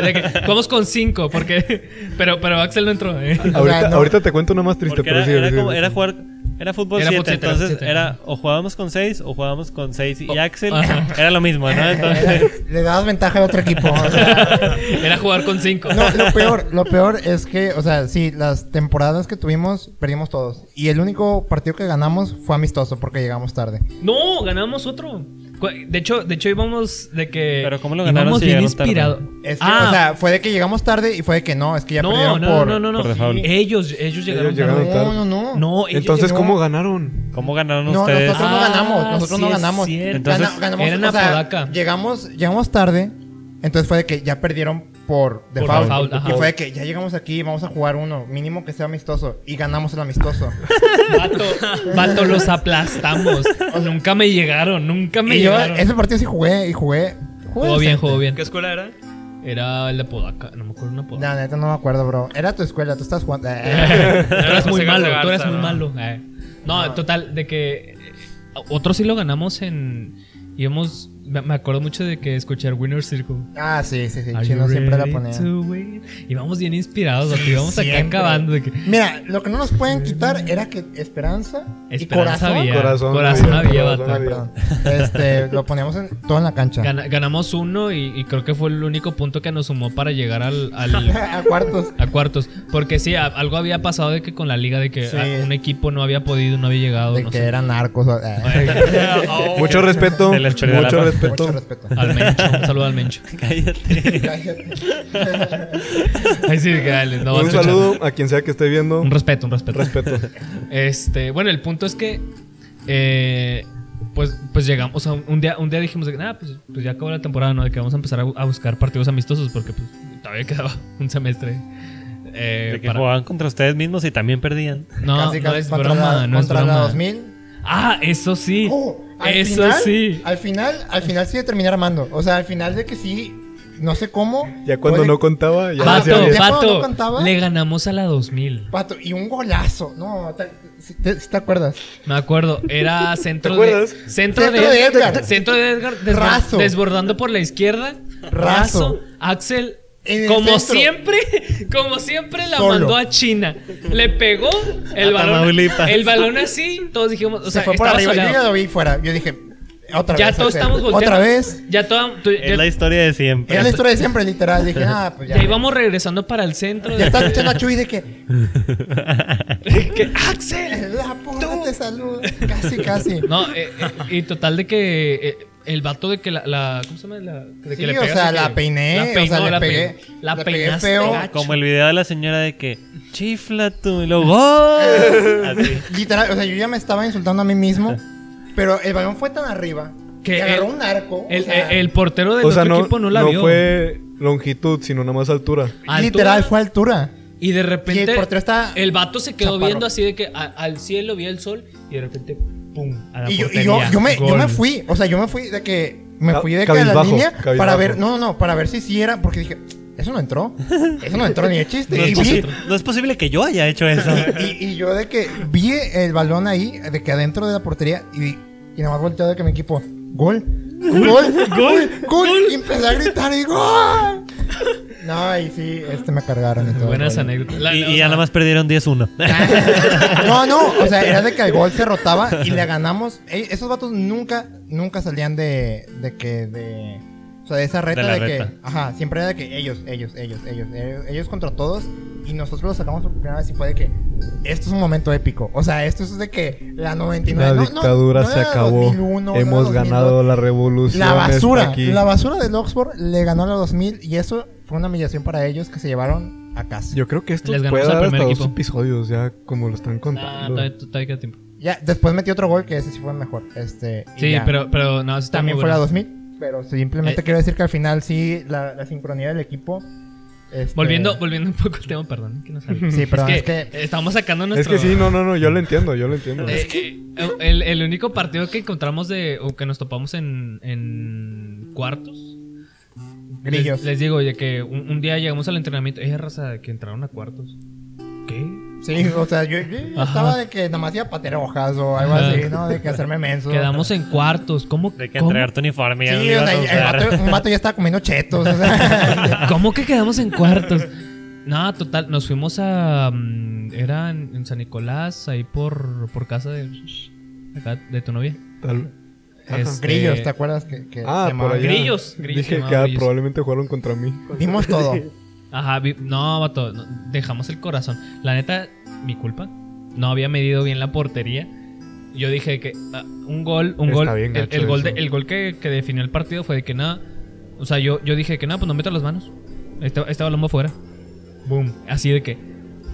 Speaker 3: jugamos con 5, porque. [LAUGHS] Pero, pero Axel no entró. ¿eh? [LAUGHS]
Speaker 5: sea,
Speaker 1: Ahorita,
Speaker 5: no.
Speaker 1: ahorita te cuento una más triste,
Speaker 2: Porque
Speaker 1: pero
Speaker 2: era,
Speaker 1: sí,
Speaker 2: era
Speaker 1: sí,
Speaker 2: como,
Speaker 1: sí.
Speaker 2: era jugar. Era fútbol
Speaker 3: Era
Speaker 2: 7,
Speaker 3: fútbol siete, era
Speaker 2: entonces
Speaker 3: siete.
Speaker 2: era o jugábamos con 6 o jugábamos con 6 y
Speaker 3: Oh,
Speaker 2: Axel
Speaker 3: ajá.
Speaker 2: [LAUGHS] era lo mismo, ¿no?
Speaker 5: [LAUGHS]
Speaker 2: Entonces,
Speaker 5: eh, le dabas ventaja al otro equipo. o sea,
Speaker 3: Era jugar con 5.
Speaker 5: No, lo peor, lo peor es que, o sea, sí, las temporadas que tuvimos, perdimos todos. Y el único partido que ganamos fue amistoso porque llegamos tarde.
Speaker 3: No, ganamos otro. Cu- De hecho, de hecho íbamos de que.
Speaker 2: Pero ¿cómo lo ganaron
Speaker 3: íbamos
Speaker 2: si
Speaker 3: bien
Speaker 2: llegaron tarde?
Speaker 3: inspirado.
Speaker 5: Es que,
Speaker 3: Ah,
Speaker 5: o sea, fue de que llegamos tarde y fue de que no, es que ya
Speaker 3: no, no,
Speaker 5: perdieron
Speaker 3: no,
Speaker 5: por...
Speaker 3: no, no, no.
Speaker 2: por default.
Speaker 3: Ellos, ellos llegaron.
Speaker 1: Ellos llegaron
Speaker 3: tarde.
Speaker 5: No, no, no.
Speaker 3: No, ellos
Speaker 1: Entonces,
Speaker 3: llegaron-
Speaker 1: ¿cómo ganaron?
Speaker 2: ¿cómo ganaron
Speaker 5: No,
Speaker 2: ustedes?
Speaker 5: nosotros no
Speaker 3: Ah,
Speaker 5: ganamos, nosotros
Speaker 3: sí
Speaker 5: no
Speaker 3: es
Speaker 5: ganamos.
Speaker 3: cierto.
Speaker 2: Entonces,
Speaker 5: Gana- ganamos,
Speaker 3: eran
Speaker 5: o sea,
Speaker 3: Apodaca.
Speaker 5: llegamos, llegamos tarde, entonces fue de que ya perdieron por default.
Speaker 3: default, ajá.
Speaker 5: y fue de que ya llegamos aquí, vamos a jugar uno, mínimo que sea amistoso. Y ganamos el
Speaker 3: [LAUGHS]
Speaker 5: amistoso.
Speaker 3: Vato, vato, los aplastamos. nunca me llegaron, nunca me
Speaker 5: y yo
Speaker 3: llegaron.
Speaker 5: ese partido sí jugué, y jugué...
Speaker 3: Jugó bien,
Speaker 5: decente.
Speaker 3: jugó bien.
Speaker 6: ¿Qué escuela era?
Speaker 3: Era el de Apodaca, no me acuerdo una Apodaca.
Speaker 5: La neta no me acuerdo, bro. Era tu escuela, tú estás jugando.
Speaker 3: [LAUGHS]
Speaker 5: eh,
Speaker 3: Tú
Speaker 6: [LAUGHS]
Speaker 3: eras muy
Speaker 6: José Garza
Speaker 3: malo, tú
Speaker 6: Garza,
Speaker 3: eras muy
Speaker 6: ¿no?
Speaker 3: malo. Eh. No, total, de que eh, otro sí lo ganamos en. Íbamos, Me, me acuerdo mucho de que escuchar Winner Circle.
Speaker 5: Ah, sí, sí, sí.
Speaker 3: Are
Speaker 5: Chino
Speaker 3: you
Speaker 5: siempre la
Speaker 3: ready
Speaker 5: ponía.
Speaker 3: to win? Íbamos bien inspirados,
Speaker 5: Sí,
Speaker 3: porque íbamos acá
Speaker 5: siempre.
Speaker 3: acabando. De que,
Speaker 5: Mira, lo que no nos pueden quitar era que Esperanza, y
Speaker 3: Esperanza
Speaker 5: Corazón.
Speaker 3: había.
Speaker 1: Corazón
Speaker 3: Corazón
Speaker 1: había,
Speaker 3: había,
Speaker 1: corazón
Speaker 3: vato.
Speaker 5: Ah, perdón. Este, lo poníamos en, todo en la cancha.
Speaker 3: Gana- ganamos uno y, y creo que fue el único punto que nos sumó para llegar al, al-
Speaker 5: [LAUGHS] a cuartos.
Speaker 3: a cuartos. Porque sí, a- algo había pasado de que con la liga de que
Speaker 5: Sí.
Speaker 3: ah, un equipo no había podido, no había llegado.
Speaker 5: De
Speaker 3: no
Speaker 5: que
Speaker 3: sé.
Speaker 5: eran narcos. o- eh.
Speaker 3: Oh,
Speaker 1: Mucho respeto.
Speaker 2: De la esperanza.
Speaker 1: Mucho
Speaker 5: [LAUGHS] Mucho
Speaker 1: respeto.
Speaker 5: respeto.
Speaker 3: Al Mencho, un saludo al
Speaker 5: [LAUGHS]
Speaker 3: Mencho.
Speaker 2: [LAUGHS] Cállate.
Speaker 3: Ay, sí, que dale, no va a
Speaker 1: un
Speaker 3: escuchar.
Speaker 1: saludo a quien sea que esté viendo.
Speaker 3: Un respeto, un respeto.
Speaker 1: Respeto.
Speaker 3: Este, bueno, el punto es que eh, pues, pues llegamos, o sea, un día, un día dijimos, de que, "Ah, pues, pues ya acabó la temporada, ¿no? De que vamos a empezar a, bu- a buscar partidos amistosos porque pues, todavía quedaba [LAUGHS] un semestre. eh,
Speaker 2: De que
Speaker 3: para-
Speaker 2: jugaban contra ustedes mismos y también perdían.
Speaker 3: No,
Speaker 5: Casi,
Speaker 3: no
Speaker 5: casi
Speaker 3: es
Speaker 5: contra
Speaker 3: broma,
Speaker 5: la,
Speaker 3: no es
Speaker 5: contra la
Speaker 3: broma.
Speaker 5: 2000.
Speaker 3: Ah, eso sí.
Speaker 5: Oh, al
Speaker 3: eso
Speaker 5: final,
Speaker 3: sí.
Speaker 5: Al final, al final sí de terminar armando. O sea, al final de que sí, no sé cómo.
Speaker 1: Ya cuando
Speaker 5: oye,
Speaker 1: no contaba, ya
Speaker 5: Ah,
Speaker 1: no bien.
Speaker 3: Pato,
Speaker 5: ya cuando no
Speaker 3: pato,
Speaker 5: contaba.
Speaker 3: le ganamos a la 2000.
Speaker 5: Pato, y un golazo. No, te- si te, si te acuerdas.
Speaker 3: Me acuerdo, era
Speaker 5: [LAUGHS]
Speaker 3: centro
Speaker 1: ¿Te
Speaker 3: de
Speaker 1: acuerdas?
Speaker 3: centro de,
Speaker 5: Centro de Edgar.
Speaker 3: centro de Edgar desbor-
Speaker 5: Raso.
Speaker 3: desbordando por la izquierda, raso,
Speaker 5: Raso.
Speaker 3: Axel
Speaker 5: En el
Speaker 3: como
Speaker 5: centro.
Speaker 3: siempre, [LAUGHS] como siempre la
Speaker 5: Solo.
Speaker 3: mandó a China. Le pegó el
Speaker 2: A
Speaker 3: balón.
Speaker 2: Tamaulipas.
Speaker 3: El balón así, todos dijimos, o sea,
Speaker 5: se fue por
Speaker 3: estaba
Speaker 5: arriba.
Speaker 3: soleado.
Speaker 5: Yo ya lo vi fuera. Yo dije, otra
Speaker 3: Ya
Speaker 5: vez.
Speaker 3: todos
Speaker 5: Axel,
Speaker 3: estamos volteando.
Speaker 5: Otra vez.
Speaker 3: Ya toda- tú-
Speaker 2: Es
Speaker 3: ya-
Speaker 2: la historia de siempre.
Speaker 5: Era la historia de siempre, literal.
Speaker 3: [LAUGHS]
Speaker 5: Dije, ah, pues ya.
Speaker 3: ya íbamos regresando para el centro.
Speaker 5: Ya
Speaker 3: de-
Speaker 5: estás escuchando a Chuy de que.
Speaker 3: [LAUGHS] que, Axel,
Speaker 5: La puta te saluda. Casi, casi.
Speaker 3: No, eh, eh, y total de que eh, el vato de que la, la- ¿cómo se llama? La, de que
Speaker 5: Sí,
Speaker 3: le
Speaker 5: o
Speaker 3: pegas
Speaker 5: sea,
Speaker 3: de que-
Speaker 5: la peiné, o sea, le pegué-
Speaker 3: peinó, la
Speaker 5: le pegué
Speaker 3: peinaste
Speaker 5: feo.
Speaker 2: [LAUGHS]
Speaker 3: gacho.
Speaker 2: Como el video de la señora de que chifla tú y luego ¡gol! Así.
Speaker 5: Literal, o sea, yo ya me estaba insultando a mí mismo. Pero el balón fue tan arriba
Speaker 3: Que
Speaker 5: que agarró
Speaker 3: el-
Speaker 5: un arco. o
Speaker 3: el,
Speaker 5: sea,
Speaker 3: el- el portero del
Speaker 1: O sea,
Speaker 3: otro
Speaker 1: no,
Speaker 3: equipo no la
Speaker 1: no
Speaker 3: vio.
Speaker 1: fue longitud, sino nada más altura.
Speaker 3: Altura,
Speaker 5: literal, fue altura.
Speaker 3: Y de repente
Speaker 5: y el portero está-
Speaker 3: el vato se quedó
Speaker 5: chaparro.
Speaker 3: viendo así de que a- al cielo vio el sol y de repente pum a la
Speaker 5: Y yo, y
Speaker 3: portería.
Speaker 5: yo, yo me, yo
Speaker 3: Gol.
Speaker 5: me fui, o sea, yo me fui de que. Me
Speaker 1: Ca-
Speaker 5: fui de que a la
Speaker 1: cabizbajo,
Speaker 5: línea para
Speaker 1: cabizbajo.
Speaker 5: ver. No, no, para ver si sí era. Porque dije, eso no entró. Eso no entró ni de chiste.
Speaker 2: No es,
Speaker 5: y, vi,
Speaker 2: posible, no es posible que yo haya hecho
Speaker 5: [LAUGHS]
Speaker 2: eso.
Speaker 5: y- y yo de que vi el balón ahí, de que adentro de la portería. Y, y nada más volteado de que mi equipo, gol. [LAUGHS] Gol, gol, gol. Y empecé a gritar y gol. No, y sí, este me cargaron. y todo.
Speaker 3: Buenas anécdotas. La-
Speaker 2: Y,
Speaker 3: la-
Speaker 2: y
Speaker 3: o
Speaker 2: ya
Speaker 3: sea,
Speaker 2: nada más perdieron 10-1.
Speaker 5: No, no, o sea, era de que el gol se rotaba y le ganamos. Ey, esos vatos nunca, nunca salían de, de que, de, o sea, de esa reta
Speaker 2: De la
Speaker 5: de, que,
Speaker 2: reta.
Speaker 5: ajá, siempre era de que ellos, ellos, ellos, ellos, ellos, ellos contra todos y nosotros los sacamos por primera vez y fue de que esto es un momento épico. O sea, esto es de que la 99.
Speaker 1: La
Speaker 5: no, no,
Speaker 1: dictadura
Speaker 5: no
Speaker 1: se
Speaker 5: era
Speaker 1: acabó.
Speaker 5: 2001, no era
Speaker 1: Hemos
Speaker 5: 2002.
Speaker 1: ganado la revolución.
Speaker 5: La
Speaker 1: está
Speaker 5: basura,
Speaker 1: aquí.
Speaker 5: la basura del Oxford le ganó a la 2000 y eso fue una humillación para ellos que se llevaron a casa.
Speaker 1: Yo creo que esto
Speaker 3: Les ganamos
Speaker 1: puede
Speaker 3: al
Speaker 1: dar hasta
Speaker 3: primer
Speaker 1: dos
Speaker 3: equipo.
Speaker 1: episodios, ya como lo están
Speaker 3: ah,
Speaker 1: contando.
Speaker 3: todavía- todavía queda tiempo.
Speaker 5: Ya, después metió otro gol que ese sí fue mejor. Este, y
Speaker 3: Sí,
Speaker 5: ya.
Speaker 3: pero pero no está
Speaker 5: También
Speaker 3: muy
Speaker 5: fue la
Speaker 3: bueno.
Speaker 5: 2000. Pero simplemente
Speaker 3: Eh.
Speaker 5: quiero decir que al final sí, la, la sincronía del equipo. este-
Speaker 3: Volviendo volviendo un poco al tema, perdón, que no salga.
Speaker 5: Sí, perdón,
Speaker 3: es
Speaker 5: es
Speaker 3: que,
Speaker 5: que-
Speaker 3: estamos sacando
Speaker 1: Es
Speaker 3: nuestro
Speaker 1: que sí, no, no, no, yo lo entiendo, yo lo entiendo.
Speaker 3: Eh, eh, el, el único partido que encontramos de. o que nos topamos en, en cuartos.
Speaker 5: Grillos.
Speaker 3: Les, les digo, oye, que un, un día llegamos al entrenamiento. Ella raza de que entraron a cuartos. ¿Qué?
Speaker 5: Sí, o sea, yo, yo- yo
Speaker 3: Ajá.
Speaker 5: estaba de que nada más iba a patear hojas o algo
Speaker 3: Ajá.
Speaker 5: así, ¿no? De que hacerme menso.
Speaker 3: Quedamos en cuartos. ¿Cómo,
Speaker 2: [LAUGHS] De que
Speaker 3: cómo-
Speaker 2: entregar tu uniforme.
Speaker 5: Sí,
Speaker 2: ya no
Speaker 5: o
Speaker 2: lo ibas
Speaker 5: sea,
Speaker 2: a usar.
Speaker 5: el vato- un vato ya estaba comiendo chetos. O
Speaker 3: [LAUGHS]
Speaker 5: sea,
Speaker 3: cómo que quedamos en cuartos? No, total, nos fuimos a. mm, Era en, en San Nicolás, ahí por, por casa de. acá, de tu novia.
Speaker 1: Tal- Ajá.
Speaker 3: Este,
Speaker 5: grillos, ¿te acuerdas que, que
Speaker 1: Ah,
Speaker 5: se
Speaker 1: por
Speaker 5: llamaban
Speaker 1: allá.
Speaker 5: grillos?
Speaker 3: Grillos, grillos
Speaker 1: Dije
Speaker 3: se llamaba
Speaker 1: que ah,
Speaker 3: grillos.
Speaker 1: probablemente jugaron contra mí.
Speaker 5: Dimos todo.
Speaker 3: Ajá, vi- no, vato, no, dejamos el corazón. La neta, mi culpa. No había medido bien la portería. Yo dije que ah, un gol, un
Speaker 1: Está
Speaker 3: gol,
Speaker 1: bien
Speaker 3: el,
Speaker 1: gacho
Speaker 3: el gol, de-
Speaker 1: eso.
Speaker 3: el gol que, que definió el partido fue de que nada. O sea, yo, yo dije que nada, pues no meto las manos. Este, este balón va fuera. Boom. Así de que.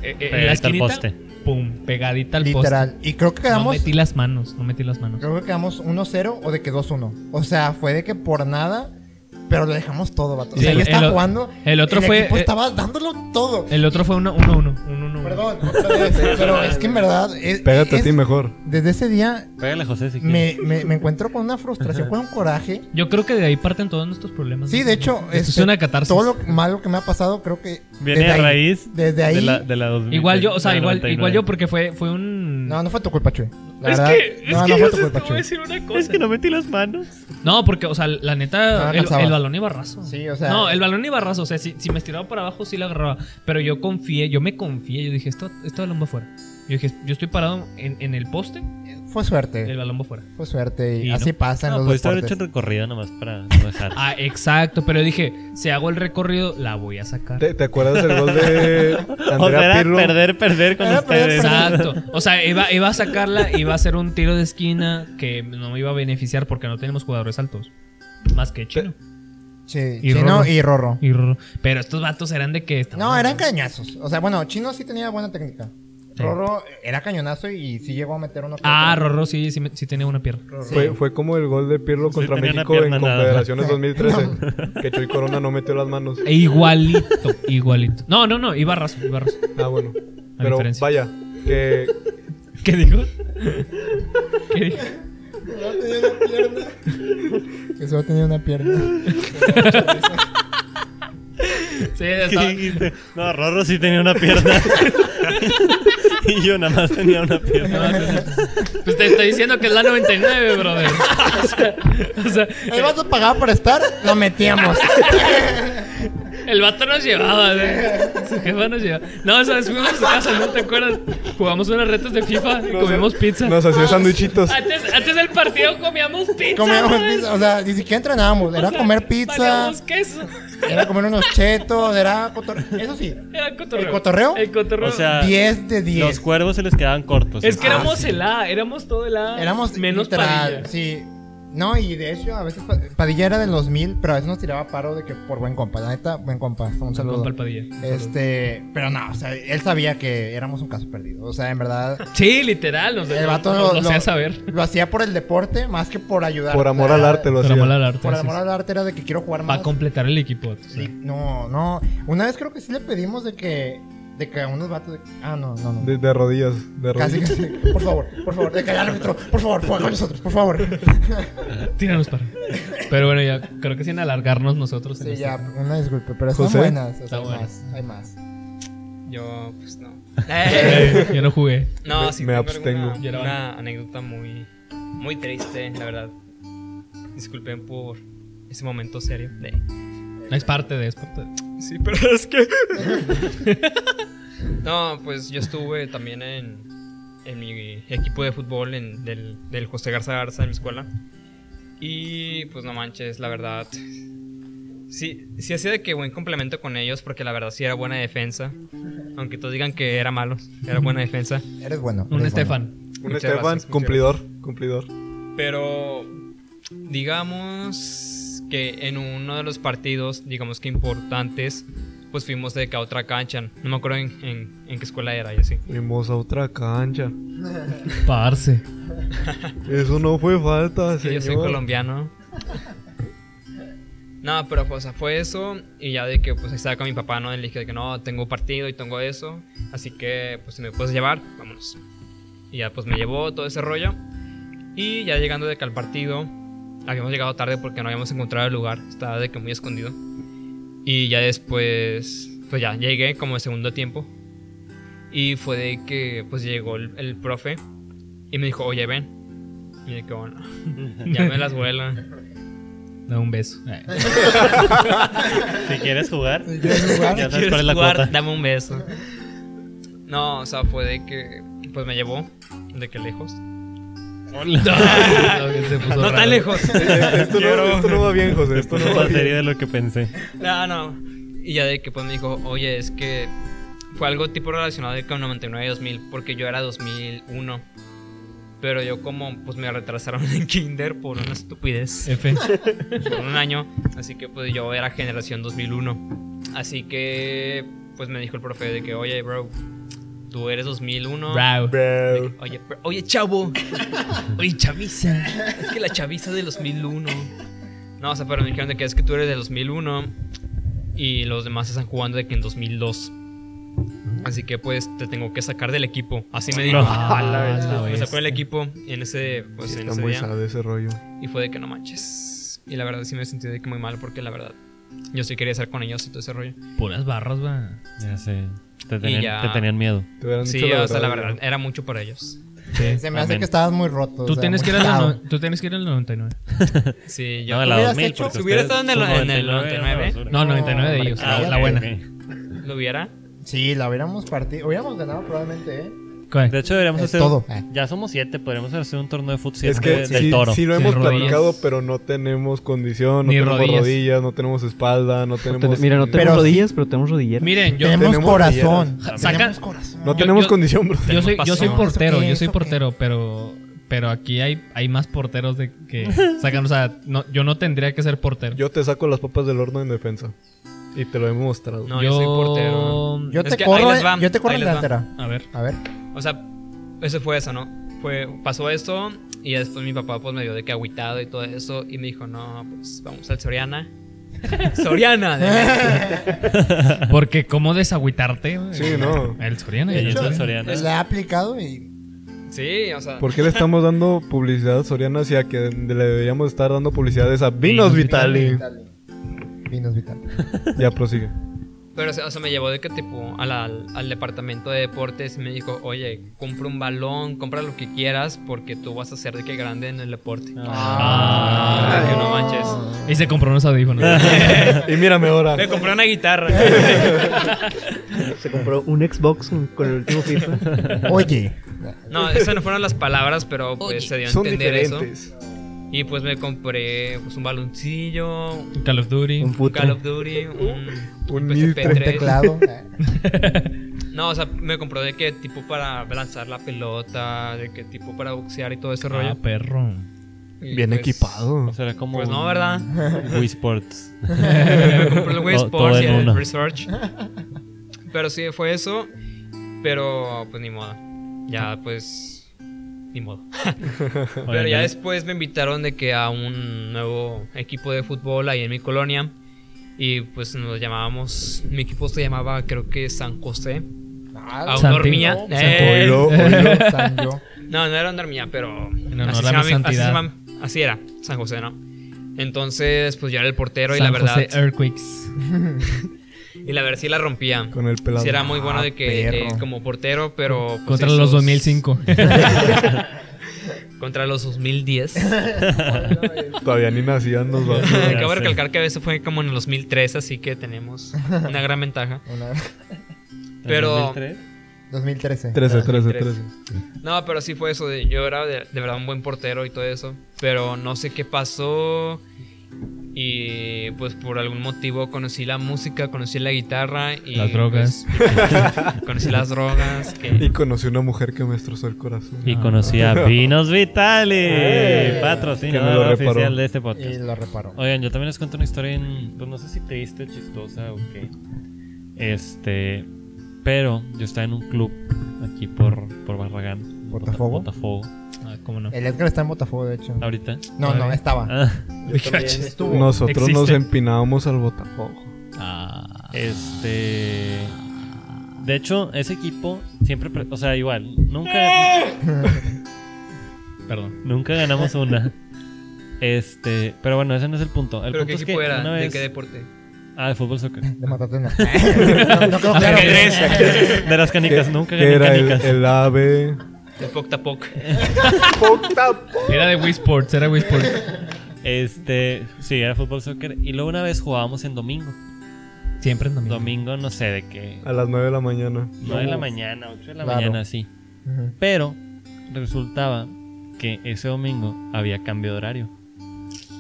Speaker 3: eh, eh, en
Speaker 2: Pegadita
Speaker 3: la
Speaker 2: al
Speaker 3: esquinita,
Speaker 2: poste.
Speaker 3: Pum, pegadita al
Speaker 5: Literal. Y creo que
Speaker 3: poste. No
Speaker 5: quedamos.
Speaker 3: metí las manos, no metí las manos.
Speaker 5: Creo que quedamos 1-0 o de que 2-1. O sea, fue de que por nada, pero lo dejamos todo, vato. O
Speaker 3: Sí,
Speaker 5: sea,
Speaker 3: el-
Speaker 5: yo estaba
Speaker 3: el o-
Speaker 5: jugando.
Speaker 3: el otro fue-
Speaker 5: equipo
Speaker 3: eh,
Speaker 5: estaba dándolo todo.
Speaker 3: El otro fue 1-1. Uno, uno, uno, uno.
Speaker 5: Perdón, otra vez, pero es que en verdad. es-
Speaker 1: Pégate a
Speaker 5: es-
Speaker 1: ti mejor.
Speaker 5: Desde ese día
Speaker 2: Pégale a José si quieres.
Speaker 5: me, me- me encuentro con una frustración, con un coraje.
Speaker 3: Yo creo que de ahí parten todos nuestros problemas.
Speaker 5: Sí,
Speaker 3: ¿no?
Speaker 5: de hecho,
Speaker 3: Esto es
Speaker 5: este,
Speaker 3: una catarsis.
Speaker 5: todo lo malo que me ha pasado, creo que.
Speaker 2: Viene
Speaker 5: desde
Speaker 2: a
Speaker 5: ahí-
Speaker 2: raíz
Speaker 5: desde ahí.
Speaker 2: de la, de la 2000,
Speaker 3: Igual yo, o sea,
Speaker 2: de la
Speaker 3: igual,
Speaker 2: 99.
Speaker 3: igual yo porque fue, fue un...
Speaker 5: No, no fue tu culpa, Chuy. La verdad, no, no fue tu culpa, Chuy.
Speaker 3: una
Speaker 2: Es que no metí las manos.
Speaker 3: No, porque, o sea, la neta,
Speaker 5: No la
Speaker 3: el,
Speaker 5: alcanzaba.
Speaker 3: el balón iba raso.
Speaker 5: Sí, o sea-
Speaker 3: No, el balón iba raso. O sea, si, si me estiraba para abajo, sí la agarraba. Pero yo confié, yo me confié. Yo dije, esto, este balón va fuera. Yo dije, yo estoy parado en, en el poste,
Speaker 5: Fue suerte.
Speaker 3: el balón va fuera.
Speaker 5: Fue suerte. Y,
Speaker 3: Y no.
Speaker 5: así pasa en
Speaker 2: No, pues,
Speaker 5: los
Speaker 2: pudiste haber hecho
Speaker 5: deportes.
Speaker 2: el recorrido nomás para no dejar.
Speaker 3: Ah, exacto. Pero dije, si hago el recorrido, la voy a sacar.
Speaker 1: ¿Te, te acuerdas del gol de Andrea
Speaker 2: o sea, era
Speaker 1: Pirlo?
Speaker 2: perder, perder con
Speaker 5: Era perder,
Speaker 2: ustedes.
Speaker 5: perder.
Speaker 3: Exacto. O sea, iba, iba a sacarla, iba a hacer un tiro de esquina que no me iba a beneficiar porque no tenemos jugadores altos. Más que Chino.
Speaker 5: Sí,
Speaker 3: Y
Speaker 5: Chino
Speaker 3: Rorro.
Speaker 5: y Rorro.
Speaker 3: Y Rorro. Pero estos vatos eran de que... estaban-
Speaker 5: No, eran cañazos. O sea, bueno, Chino sí tenía buena técnica.
Speaker 3: Sí.
Speaker 5: Rorro era cañonazo y sí llegó a meter uno. que
Speaker 3: Ah,
Speaker 5: otro.
Speaker 3: Rorro sí, sí, me- sí tenía una pierna.
Speaker 5: Rorro.
Speaker 1: Fue, fue como el gol de Pirlo
Speaker 2: Sí,
Speaker 1: contra
Speaker 2: tenía una
Speaker 1: México en
Speaker 2: pierna nada.
Speaker 1: Confederaciones 2013. Que Chuy Corona no metió las manos.
Speaker 3: E
Speaker 5: [LAUGHS]
Speaker 3: Igualito, igualito. No, no, no, iba raso, iba raso.
Speaker 1: Ah, bueno. Pero
Speaker 3: diferencia.
Speaker 1: vaya, que
Speaker 3: ¿Qué dijo? ¿Qué dijo?
Speaker 5: Solo tenía una pierna. Que solo tenía una pierna.
Speaker 3: Sí,
Speaker 2: [LAUGHS] ¿Qué
Speaker 3: estaba-
Speaker 2: dijiste? No, Rorro sí tenía una pierna. [LAUGHS] y yo nada más tenía una pierna.
Speaker 3: Pues te estoy diciendo que es la 99, brother. O sea, o sea,
Speaker 5: El vato pagaba por estar,
Speaker 3: [LAUGHS]
Speaker 5: lo metíamos.
Speaker 3: el vato nos llevaba, güey. Su jefa nos llevaba. No, o sea, fuimos a su casa, ¿no te acuerdas? Jugamos unas retas de FIFA y comimos pizza.
Speaker 1: nos hacía sandwichitos.
Speaker 3: Antes, antes del partido comíamos pizza.
Speaker 5: Comíamos
Speaker 3: brother.
Speaker 5: pizza, o sea, ni siquiera entrenábamos. Era
Speaker 3: O sea,
Speaker 5: comer pizza,
Speaker 3: valíamos queso.
Speaker 5: era comer unos chetos, era cotorreo. Eso sí,
Speaker 3: Era cotorreo.
Speaker 5: ¿El cotorreo?
Speaker 3: El cotorreo.
Speaker 2: O sea,
Speaker 5: 10 de
Speaker 2: los
Speaker 5: 10.
Speaker 2: cuervos se les quedaban
Speaker 6: Pues
Speaker 2: cortos.
Speaker 3: es que
Speaker 2: Ah,
Speaker 3: éramos
Speaker 2: sí.
Speaker 3: el A, éramos todo el A.
Speaker 5: Éramos
Speaker 3: menos
Speaker 5: literal,
Speaker 3: Padilla.
Speaker 5: Sí. No, y de hecho, a veces Pa- Padilla era de los mil, pero a veces nos tiraba paro de que por buen compa. La neta, buen compa. Un saludo.
Speaker 3: Compa el Padilla.
Speaker 5: Este, pero no, o sea, él sabía que éramos un caso perdido. O sea, en verdad,
Speaker 3: Sí, literal. Nos,
Speaker 5: el vato
Speaker 3: nos,
Speaker 5: lo,
Speaker 3: nos
Speaker 5: lo-
Speaker 3: hacía saber.
Speaker 5: lo hacía por el deporte más que por ayudar.
Speaker 1: Por amor
Speaker 5: O
Speaker 1: al
Speaker 5: sea,
Speaker 1: arte lo
Speaker 3: Para
Speaker 1: hacía.
Speaker 3: arte.
Speaker 5: Por amor al arte era de que quiero jugar más.
Speaker 3: Para completar el equipo. o sea.
Speaker 5: Sí, no, no. Una vez creo que sí le pedimos de que, de que a unos vatos. de- ah, no, no, no.
Speaker 1: De, de rodillas, de
Speaker 5: Casi,
Speaker 1: rodillas.
Speaker 5: casi. Por favor, por favor, de que el árbitro, por favor, juega con nosotros, por favor.
Speaker 3: Tíranos para. Pero bueno, ya creo que sin alargarnos nosotros. en
Speaker 5: Sí,
Speaker 3: este-
Speaker 5: ya, una disculpa, pero están
Speaker 1: José.
Speaker 5: buenas. o sea,
Speaker 3: Está
Speaker 5: hay
Speaker 3: buena.
Speaker 5: más, hay más.
Speaker 6: Yo, pues no.
Speaker 3: Eh, yo no jugué.
Speaker 1: Me-
Speaker 6: No, sí,
Speaker 1: me
Speaker 6: tengo
Speaker 1: abstengo.
Speaker 6: alguna-
Speaker 3: Yo era-
Speaker 6: una anécdota muy, muy triste, la verdad. Disculpen por ese momento serio. De-
Speaker 3: No es parte de eso. parte de-
Speaker 6: Sí, pero [LAUGHS] es que. no, pues yo estuve también en, en mi equipo de fútbol en, del, del José Garza Garza en mi escuela. Y pues no manches, la verdad. Sí, sí hacía de que buen complemento con ellos porque la verdad sí era buena defensa. Aunque todos digan que era malo, era buena defensa.
Speaker 5: Eres bueno.
Speaker 3: Un
Speaker 5: eres bueno.
Speaker 3: Estefan.
Speaker 1: Un
Speaker 6: Muchas
Speaker 1: Esteban,
Speaker 6: gracias, muchas
Speaker 1: cumplidor, cumplidor.
Speaker 6: Pero digamos que en uno de los partidos, digamos que importantes, pues fuimos de que a otra cancha. No me acuerdo en, en- en qué escuela era y así.
Speaker 1: Fuimos a otra cancha.
Speaker 3: Parce.
Speaker 1: Eso no fue falta,
Speaker 6: Que
Speaker 1: señor.
Speaker 6: Yo soy colombiano. No, pero pues o sea, fue eso y ya de que pues estaba con mi papá, ¿no? Y le dije de que no, tengo partido y tengo eso, así que pues si me puedes llevar, vámonos. Y ya pues me llevó todo ese rollo y ya llegando de que al partido, habíamos llegado tarde porque no habíamos encontrado el lugar, estaba de que muy escondido. Y ya después, pues ya llegué como el segundo tiempo y fue de que pues llegó el, el profe y me dijo, oye, ven. Y de que bueno, ya me las vuela.
Speaker 3: Da un beso. Eh,
Speaker 2: Si quieres jugar,
Speaker 5: Si quieres jugar,
Speaker 2: ya sabes
Speaker 6: ¿Quieres
Speaker 2: cuál
Speaker 6: [LAUGHS]
Speaker 2: es la
Speaker 6: jugar?
Speaker 2: cuota.
Speaker 6: Dame un beso. No, o sea, fue de que. Pues me llevó. De que lejos. [LAUGHS]
Speaker 3: no, que se puso
Speaker 6: no
Speaker 3: raro.
Speaker 6: tan lejos.
Speaker 1: [LAUGHS] Esto no, esto no va bien, José. Esto
Speaker 2: Esto
Speaker 1: no
Speaker 2: [LAUGHS] no
Speaker 1: va
Speaker 2: más
Speaker 1: bien.
Speaker 2: serio de lo que pensé.
Speaker 6: no, no. Y ya de que pues me dijo, oye, es que. Fue algo tipo relacionado de con 99 y 2000. Porque yo era 2001. Pero yo, como pues me retrasaron [LAUGHS] en Kinder por una estupidez.
Speaker 3: F.
Speaker 6: por un año, así que pues yo era generación 2001. Así que pues me dijo el profe de que, oye, bro, tú eres 2001.
Speaker 3: Bravo.
Speaker 6: De
Speaker 1: Bro.
Speaker 6: que, Oye, bro- oye, chavo,
Speaker 3: Oye, chaviza.
Speaker 6: es que la chaviza del 2001. No, o sea, pero me dijeron de que es que tú eres del 2001 y los demás están jugando de que en 2002. Así que pues te tengo que sacar del equipo. Así me dijo.
Speaker 3: Ah, la bestia.
Speaker 6: me sacó del equipo en ese, pues,
Speaker 1: Sí,
Speaker 6: en
Speaker 1: Está
Speaker 6: ese
Speaker 1: muy
Speaker 6: día.
Speaker 1: sad ese rollo.
Speaker 6: Y fue de que no manches. Y la verdad sí me sentí de que muy mal porque la verdad yo sí quería estar con ellos y todo ese rollo.
Speaker 3: Puras barras, va.
Speaker 2: Ya sé. Te tenían,
Speaker 6: ya.
Speaker 2: te tenían miedo.
Speaker 1: Te hubieran
Speaker 6: Sí,
Speaker 1: dicho la
Speaker 6: o sea, la
Speaker 1: verdad.
Speaker 6: verdad era mucho para ellos.
Speaker 3: Sí.
Speaker 5: Se me hace
Speaker 2: Amén.
Speaker 5: que estabas muy roto.
Speaker 3: Tú,
Speaker 5: o sea,
Speaker 3: tienes
Speaker 5: muy
Speaker 3: que ir a la
Speaker 5: chavo. [LAUGHS]
Speaker 3: no- tú tienes que ir al 99.
Speaker 6: Sí, yo.
Speaker 2: No, la
Speaker 5: hubieras
Speaker 2: 2000.
Speaker 5: hecho?
Speaker 2: porque
Speaker 6: Si hubiera
Speaker 2: ustedes
Speaker 6: estado en el-
Speaker 2: son
Speaker 6: en el
Speaker 2: 99,
Speaker 6: 99,
Speaker 3: No, 99 de
Speaker 5: hombre,
Speaker 3: ellos,
Speaker 2: Ah,
Speaker 3: la, la
Speaker 2: ok,
Speaker 3: buena.
Speaker 2: ok.
Speaker 6: ¿Lo hubiera?
Speaker 5: Sí, la hubiéramos partido. Hubiéramos ganado probablemente, ¿eh?
Speaker 3: ¿Cuál?
Speaker 2: De hecho, deberíamos
Speaker 5: Es
Speaker 2: hacer.
Speaker 5: todo.
Speaker 6: Eh.
Speaker 2: Ya somos siete, podríamos hacer un torneo de fútbol
Speaker 1: Es
Speaker 2: siete
Speaker 1: que
Speaker 2: de-
Speaker 1: sí,
Speaker 2: del toro.
Speaker 1: sí lo
Speaker 3: Sin
Speaker 1: hemos
Speaker 3: rodillas.
Speaker 1: platicado, pero no tenemos condición, no
Speaker 3: Ni
Speaker 1: tenemos rodillas.
Speaker 3: rodillas.
Speaker 1: no tenemos espalda, no
Speaker 4: No
Speaker 1: tenemos...
Speaker 4: ten- mira, no tenemos
Speaker 5: Pero sí.
Speaker 4: rodillas, pero tenemos rodilleras.
Speaker 3: Miren,
Speaker 5: [LAUGHS]
Speaker 3: yo,
Speaker 5: tenemos
Speaker 1: tenemos
Speaker 5: corazón.
Speaker 3: Ja- saca-
Speaker 5: Tenemos corazón.
Speaker 1: no
Speaker 3: yo-
Speaker 1: tenemos
Speaker 3: yo-
Speaker 1: condición, bro.
Speaker 3: yo soy, yo soy
Speaker 5: pasión.
Speaker 3: portero,
Speaker 5: ¿Eso qué?
Speaker 3: yo soy
Speaker 5: ¿Eso qué?
Speaker 3: portero, pero pero aquí hay, hay más porteros de que sacan, o sea, no, yo no tendría que ser portero.
Speaker 1: Yo te saco las papas del horno en defensa. Y te lo he mostrado.
Speaker 6: No, yo, soy portero.
Speaker 5: Yo
Speaker 6: Es
Speaker 5: te
Speaker 6: que
Speaker 5: corro,
Speaker 6: ahí les va,
Speaker 5: yo te corro
Speaker 6: ahí
Speaker 5: en
Speaker 6: les va.
Speaker 5: delantera.
Speaker 3: A ver,
Speaker 5: A ver.
Speaker 6: O sea, eso fue eso, ¿no? Fue, pasó esto y después mi papá pues me vio de que agüitado y todo eso y me dijo, no, pues vamos al
Speaker 1: [LAUGHS]
Speaker 6: Soriana. Soriana. de-
Speaker 3: porque cómo desagüitarte. güey?
Speaker 1: Sí, no.
Speaker 3: El Soriana.
Speaker 5: De
Speaker 3: el
Speaker 2: Ellos
Speaker 5: hecho,
Speaker 2: son
Speaker 3: Soriana.
Speaker 2: sorianos.
Speaker 5: La ha aplicado y.
Speaker 6: sí, o sea.
Speaker 1: ¿Por qué le estamos dando publicidad a Soriana hacia que le deberíamos estar dando publicidad a Vinos
Speaker 3: Vinos
Speaker 1: Vitali?
Speaker 5: Vinos vital.
Speaker 1: Ya prosigue. [LAUGHS]
Speaker 6: Pero o sea, o sea, me llevó de que tipo a la- al, al departamento de deportes y me dijo, oye, compra un balón, compra lo que quieras porque tú vas a ser de que grande en el deporte.
Speaker 3: Ah.
Speaker 6: Ah, que no manches.
Speaker 3: Y se compró unos audífonos.
Speaker 1: y mírame ahora.
Speaker 6: Me compré una guitarra.
Speaker 1: [LAUGHS]
Speaker 4: Se compró un Xbox con con el
Speaker 3: [LAUGHS]
Speaker 4: último FIFA.
Speaker 5: [LAUGHS] Oye.
Speaker 6: No, esas no fueron las palabras, pero pues se dio a
Speaker 1: Son
Speaker 6: entender eso.
Speaker 1: diferentes.
Speaker 6: Y pues me compré pues, un baloncillo, un
Speaker 3: Call of Duty.
Speaker 4: Un putre.
Speaker 6: Call of Duty, un,
Speaker 1: Un
Speaker 5: Un
Speaker 1: Tres.
Speaker 5: [LAUGHS] teclado. eh.
Speaker 6: No, o sea, me compró de qué tipo para lanzar la pelota, de qué tipo para boxear y todo ese
Speaker 3: Ah,
Speaker 6: rollo.
Speaker 3: perro.
Speaker 6: Y,
Speaker 1: Bien
Speaker 6: pues,
Speaker 1: equipado.
Speaker 2: O sea, era como.
Speaker 6: Pues
Speaker 2: un
Speaker 6: no, ¿verdad?
Speaker 2: Wii Sports.
Speaker 6: me compré el Wii
Speaker 2: Todo- todo
Speaker 6: Sports y
Speaker 2: en
Speaker 6: el
Speaker 2: uno.
Speaker 6: Research. Pero sí, fue eso. Pero pues ni modo. Ya, pues. Ni modo. [LAUGHS] Pero ya después me invitaron de que a un nuevo equipo de fútbol ahí en mi colonia. Y pues nos llamábamos. Mi equipo se llamaba, creo que San José.
Speaker 5: Ah,
Speaker 6: Aún
Speaker 3: Santi.
Speaker 6: dormía.
Speaker 5: No,
Speaker 6: Eh, [LAUGHS]
Speaker 1: Oílo, oílo.
Speaker 5: San yo.
Speaker 6: No, no era un dormía, pero.
Speaker 3: honor a mi
Speaker 6: así, se llama mi- así, se
Speaker 3: santidad.
Speaker 6: llama- así era, San José, ¿no? Entonces, pues yo era el portero y la
Speaker 3: San
Speaker 6: verdad.
Speaker 3: José Earthquakes.
Speaker 6: [LAUGHS] Y la verdad sí la rompía.
Speaker 1: Con el pelado. Ah,
Speaker 6: Sí era muy bueno de que
Speaker 5: perro.
Speaker 6: eh, como portero, pero... pues,
Speaker 3: Contra
Speaker 6: esos-
Speaker 3: los 2005.
Speaker 6: [LAUGHS] Contra los 2010.
Speaker 1: Todavía ni nacían los
Speaker 6: [LAUGHS]
Speaker 1: vatos. [LAUGHS]
Speaker 6: Acabo de
Speaker 2: sé.
Speaker 6: recalcar que a veces fue como en el 2003, así que tenemos una gran ventaja.
Speaker 5: Una- [LAUGHS]
Speaker 6: pero-
Speaker 5: 2013.
Speaker 1: 13, 13, 13.
Speaker 6: No, pero sí fue eso. de- yo era de, de verdad un buen portero y todo eso. Pero no sé qué pasó. Y pues por algún motivo conocí la música, conocí la guitarra y...
Speaker 3: Las drogas.
Speaker 6: pues, [LAUGHS] conocí las drogas. que-
Speaker 1: Y conocí una mujer que me destrozó el corazón.
Speaker 2: Y conocí a Vinos Vitali,
Speaker 1: Que me lo
Speaker 2: patrocinador
Speaker 1: reparó.
Speaker 2: oficial de este
Speaker 5: Y
Speaker 2: podcast.
Speaker 5: lo reparó.
Speaker 2: Oigan, yo también les cuento una historia, en- pues no sé si triste, chistosa o qué. Este, pero yo estaba en un club aquí por, por Barragán.
Speaker 5: ¿Botafogo?
Speaker 2: Bota- Botafogo,
Speaker 3: Ah, cómo no.
Speaker 5: El Edgar está en Botafogo, de hecho.
Speaker 2: ahorita.
Speaker 5: No, no, estaba.
Speaker 2: Ah,
Speaker 5: Estuvo.
Speaker 1: Nosotros nos
Speaker 3: Existe.
Speaker 1: empinábamos al botafogo.
Speaker 3: Ah.
Speaker 2: Este. De hecho, ese equipo siempre. pre- O sea, igual.
Speaker 5: [LAUGHS]
Speaker 2: Nunca.
Speaker 3: Perdón.
Speaker 2: nunca ganamos una. Este. Pero bueno, ese no es el punto. El
Speaker 6: ¿Pero qué
Speaker 2: punto es
Speaker 6: equipo
Speaker 2: que
Speaker 6: era?
Speaker 2: una
Speaker 6: ¿De
Speaker 2: vez-
Speaker 6: qué deporte?
Speaker 2: Ah, de fútbol soccer. [LAUGHS]
Speaker 5: De Matatena. No, no creo que era-
Speaker 2: de las canicas.
Speaker 1: Que
Speaker 2: Nunca gané
Speaker 1: era el,
Speaker 2: canicas.
Speaker 1: el ave.
Speaker 6: De Poc
Speaker 1: [LAUGHS]
Speaker 6: Tapoc.
Speaker 3: Era de Wii Sports, era Wii Sports.
Speaker 2: Este. Sí, era fútbol soccer. Y luego una vez jugábamos en domingo.
Speaker 3: Siempre en domingo.
Speaker 2: Domingo, no sé de qué.
Speaker 1: A las 9 de la mañana.
Speaker 2: 9 de la mañana, 8 de la
Speaker 5: Claro.
Speaker 2: mañana, sí.
Speaker 5: Ujú.
Speaker 2: Pero resultaba que ese domingo había cambio de horario.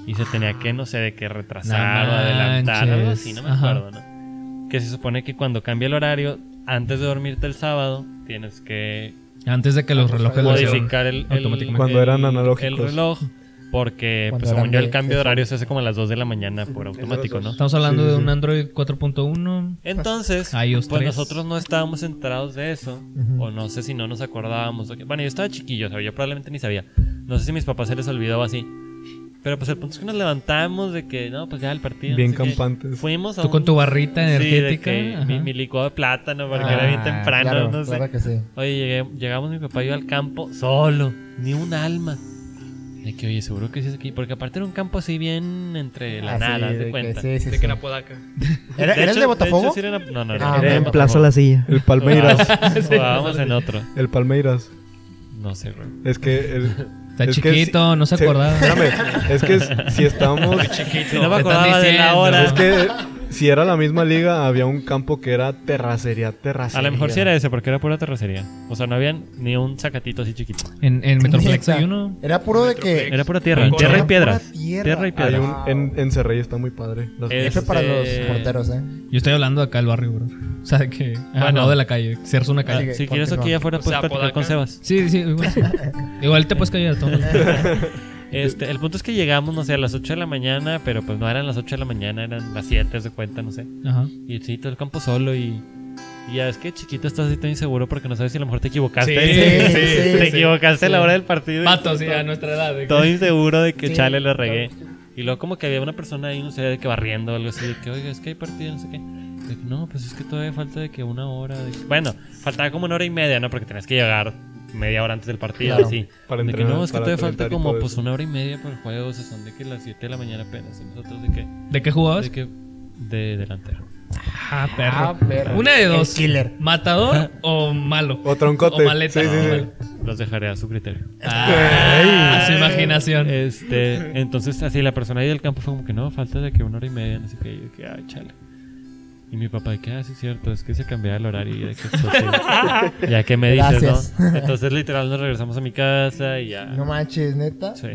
Speaker 2: Y se tenía que, no sé, de qué retrasar
Speaker 3: No
Speaker 2: o adelantar, algo
Speaker 3: manches.
Speaker 2: así, no me
Speaker 3: Ajá.
Speaker 2: acuerdo, ¿no? Que se supone que cuando cambia el horario, antes de dormirte el sábado, tienes que
Speaker 3: Antes de que los relojes lo hicieran.
Speaker 2: modificar el, el-
Speaker 3: automáticamente.
Speaker 1: Cuando
Speaker 2: el-
Speaker 1: eran analógicos.
Speaker 2: El reloj, porque
Speaker 5: Cuando
Speaker 2: pues, según
Speaker 5: eran
Speaker 2: yo el
Speaker 5: de-
Speaker 2: cambio
Speaker 5: de-
Speaker 2: de horario se hace como a las 2 de la mañana por automático, ¿no?
Speaker 3: Estamos hablando
Speaker 1: Sí, sí,
Speaker 3: de un
Speaker 1: sí.
Speaker 3: Android 4.1.
Speaker 2: Entonces,
Speaker 3: Ah, ellos
Speaker 2: pues
Speaker 3: tres.
Speaker 2: nosotros no estábamos enterados de eso, o no sé si no nos acordábamos. o qué. Bueno, yo estaba chiquillo, o sea, yo probablemente ni sabía. No sé si a mis papás se les olvidó o así. Pero pues el punto es que nos levantamos de que, no, pues ya el partido. no
Speaker 1: Bien
Speaker 2: sé qué.
Speaker 1: campantes.
Speaker 2: Fuimos a
Speaker 3: [LAUGHS] Tú
Speaker 2: un-
Speaker 3: con tu barrita
Speaker 2: Sí, de
Speaker 3: energética.
Speaker 2: que
Speaker 3: ajá.
Speaker 2: mi, mi licuado de plátano, porque
Speaker 5: Ah,
Speaker 2: era bien temprano,
Speaker 5: claro,
Speaker 2: no sé.
Speaker 5: Claro que sí.
Speaker 2: Oye, llegué- llegamos mi papá y yo al campo solo, ni un alma. De que, oye, seguro que sí es aquí. Porque aparte era un campo así bien entre la
Speaker 5: Ah, sí,
Speaker 2: nada, haz
Speaker 5: de
Speaker 2: de
Speaker 5: que
Speaker 2: cuenta.
Speaker 5: sí, sí,
Speaker 6: De
Speaker 5: sí.
Speaker 6: que la podaca.
Speaker 5: ¿Era, era el
Speaker 2: hecho-
Speaker 5: de
Speaker 2: De
Speaker 5: Botafogo?
Speaker 2: hecho, sí era una- no, no, no,
Speaker 5: Ah,
Speaker 2: era
Speaker 5: era
Speaker 2: de
Speaker 5: en
Speaker 4: en Plaza
Speaker 2: Botafogo. [LAUGHS]
Speaker 4: La Silla.
Speaker 1: El Palmeiras.
Speaker 2: Jugábamos, jugábamos en otro.
Speaker 1: el Palmeiras.
Speaker 2: No sé, güey.
Speaker 1: Es que. el-
Speaker 3: Está
Speaker 1: es que
Speaker 3: chiquito,
Speaker 1: si-
Speaker 3: no se acordaba.
Speaker 1: Espérame, es que s- si
Speaker 2: [LAUGHS]
Speaker 1: estamos.
Speaker 2: Si no me
Speaker 3: te están
Speaker 2: acordaba de la
Speaker 3: diciendo.
Speaker 2: hora.
Speaker 1: Es que si era la misma liga, había un campo que era terracería, terracería.
Speaker 2: A lo mejor sí era ese, porque era pura terracería. O sea, no había ni un sacatito así chiquito.
Speaker 3: En, en Metroplex
Speaker 5: [LAUGHS] Neta.
Speaker 3: hay uno.
Speaker 5: Era puro de que.
Speaker 2: Era pura tierra.
Speaker 3: Con
Speaker 2: Tierra y
Speaker 3: corona,
Speaker 2: piedras.
Speaker 5: pura tierra.
Speaker 2: Tierra y
Speaker 1: Hay
Speaker 2: piedras.
Speaker 1: un, en, en Cerrey está muy padre. Las-
Speaker 2: Eh,
Speaker 5: F para los
Speaker 2: Este-
Speaker 5: porteros, ¿eh?
Speaker 3: Yo estoy hablando acá del barrio, bro. O sea, que.
Speaker 2: Bueno.
Speaker 3: al lado Ah, de la calle. Cerca una
Speaker 2: Ah,
Speaker 3: calle.
Speaker 5: Sigue,
Speaker 2: si quieres
Speaker 5: continúa.
Speaker 2: aquí afuera,
Speaker 6: O
Speaker 2: puedes
Speaker 6: sea,
Speaker 2: platicar pues, con
Speaker 6: Apodaca.
Speaker 2: Sebas.
Speaker 3: Sí, sí, igual, sí. Igual te puedes callar, [LAUGHS] todo.
Speaker 2: Este, el punto es que llegamos, no sé, a las 8 de la mañana, pero pues no eran las 8 de la mañana, eran las 7, se cuenta, no sé.
Speaker 3: Ajá.
Speaker 2: Y sí, todo el campo solo y. y ya es que chiquito estás así tan inseguro porque no sabes si a lo mejor te equivocaste.
Speaker 5: Sí, sí, sí,
Speaker 2: [LAUGHS] te
Speaker 5: sí.
Speaker 2: equivocaste a la hora del partido. y
Speaker 3: Vato, sí, a nuestra edad. de que-
Speaker 2: Todo inseguro de que chale le regué.
Speaker 5: claro.
Speaker 2: Y luego como que había una persona ahí, no sé, de que barriendo o algo así, de que, oiga, es que hay partido, no sé qué. De que, no, pues es que todavía falta de que una hora. de que-". Bueno, faltaba como una hora y media, ¿no? Porque tenías que llegar media hora antes del partido,
Speaker 5: Claro.
Speaker 2: así.
Speaker 1: Para
Speaker 2: de que
Speaker 1: entrenar,
Speaker 2: no, es que
Speaker 1: para
Speaker 2: todavía falta
Speaker 1: calentar y
Speaker 2: como
Speaker 1: todo
Speaker 2: pues
Speaker 1: eso".
Speaker 2: una hora y media para el juego, o sea, son de que las 7 de la mañana apenas. Y nosotros de que,
Speaker 3: ¿De qué jugabas?
Speaker 2: de que, de delantero.
Speaker 3: Ah, perro.
Speaker 5: Ah, perro.
Speaker 3: Una de
Speaker 5: El
Speaker 3: dos.
Speaker 5: killer.
Speaker 3: ¿Matador o malo?
Speaker 1: O troncote.
Speaker 3: O maleta.
Speaker 1: Sí, sí,
Speaker 3: o
Speaker 1: sí. Este,
Speaker 3: mal-
Speaker 2: Los dejaré a su criterio.
Speaker 3: Ah, a su imaginación.
Speaker 2: Este, entonces así la persona ahí del campo fue como que no, falta de que una hora y media, no sé qué, y yo de que, ay, chale. Y mi papá de que, ah, sí es cierto, es que se cambiaba el horario y de que pues,
Speaker 5: [LAUGHS]
Speaker 2: sí. ya que me dices,
Speaker 5: Gracias.
Speaker 2: ¿no? Entonces literal nos regresamos a mi casa y ya.
Speaker 5: No manches, neta.
Speaker 2: sí.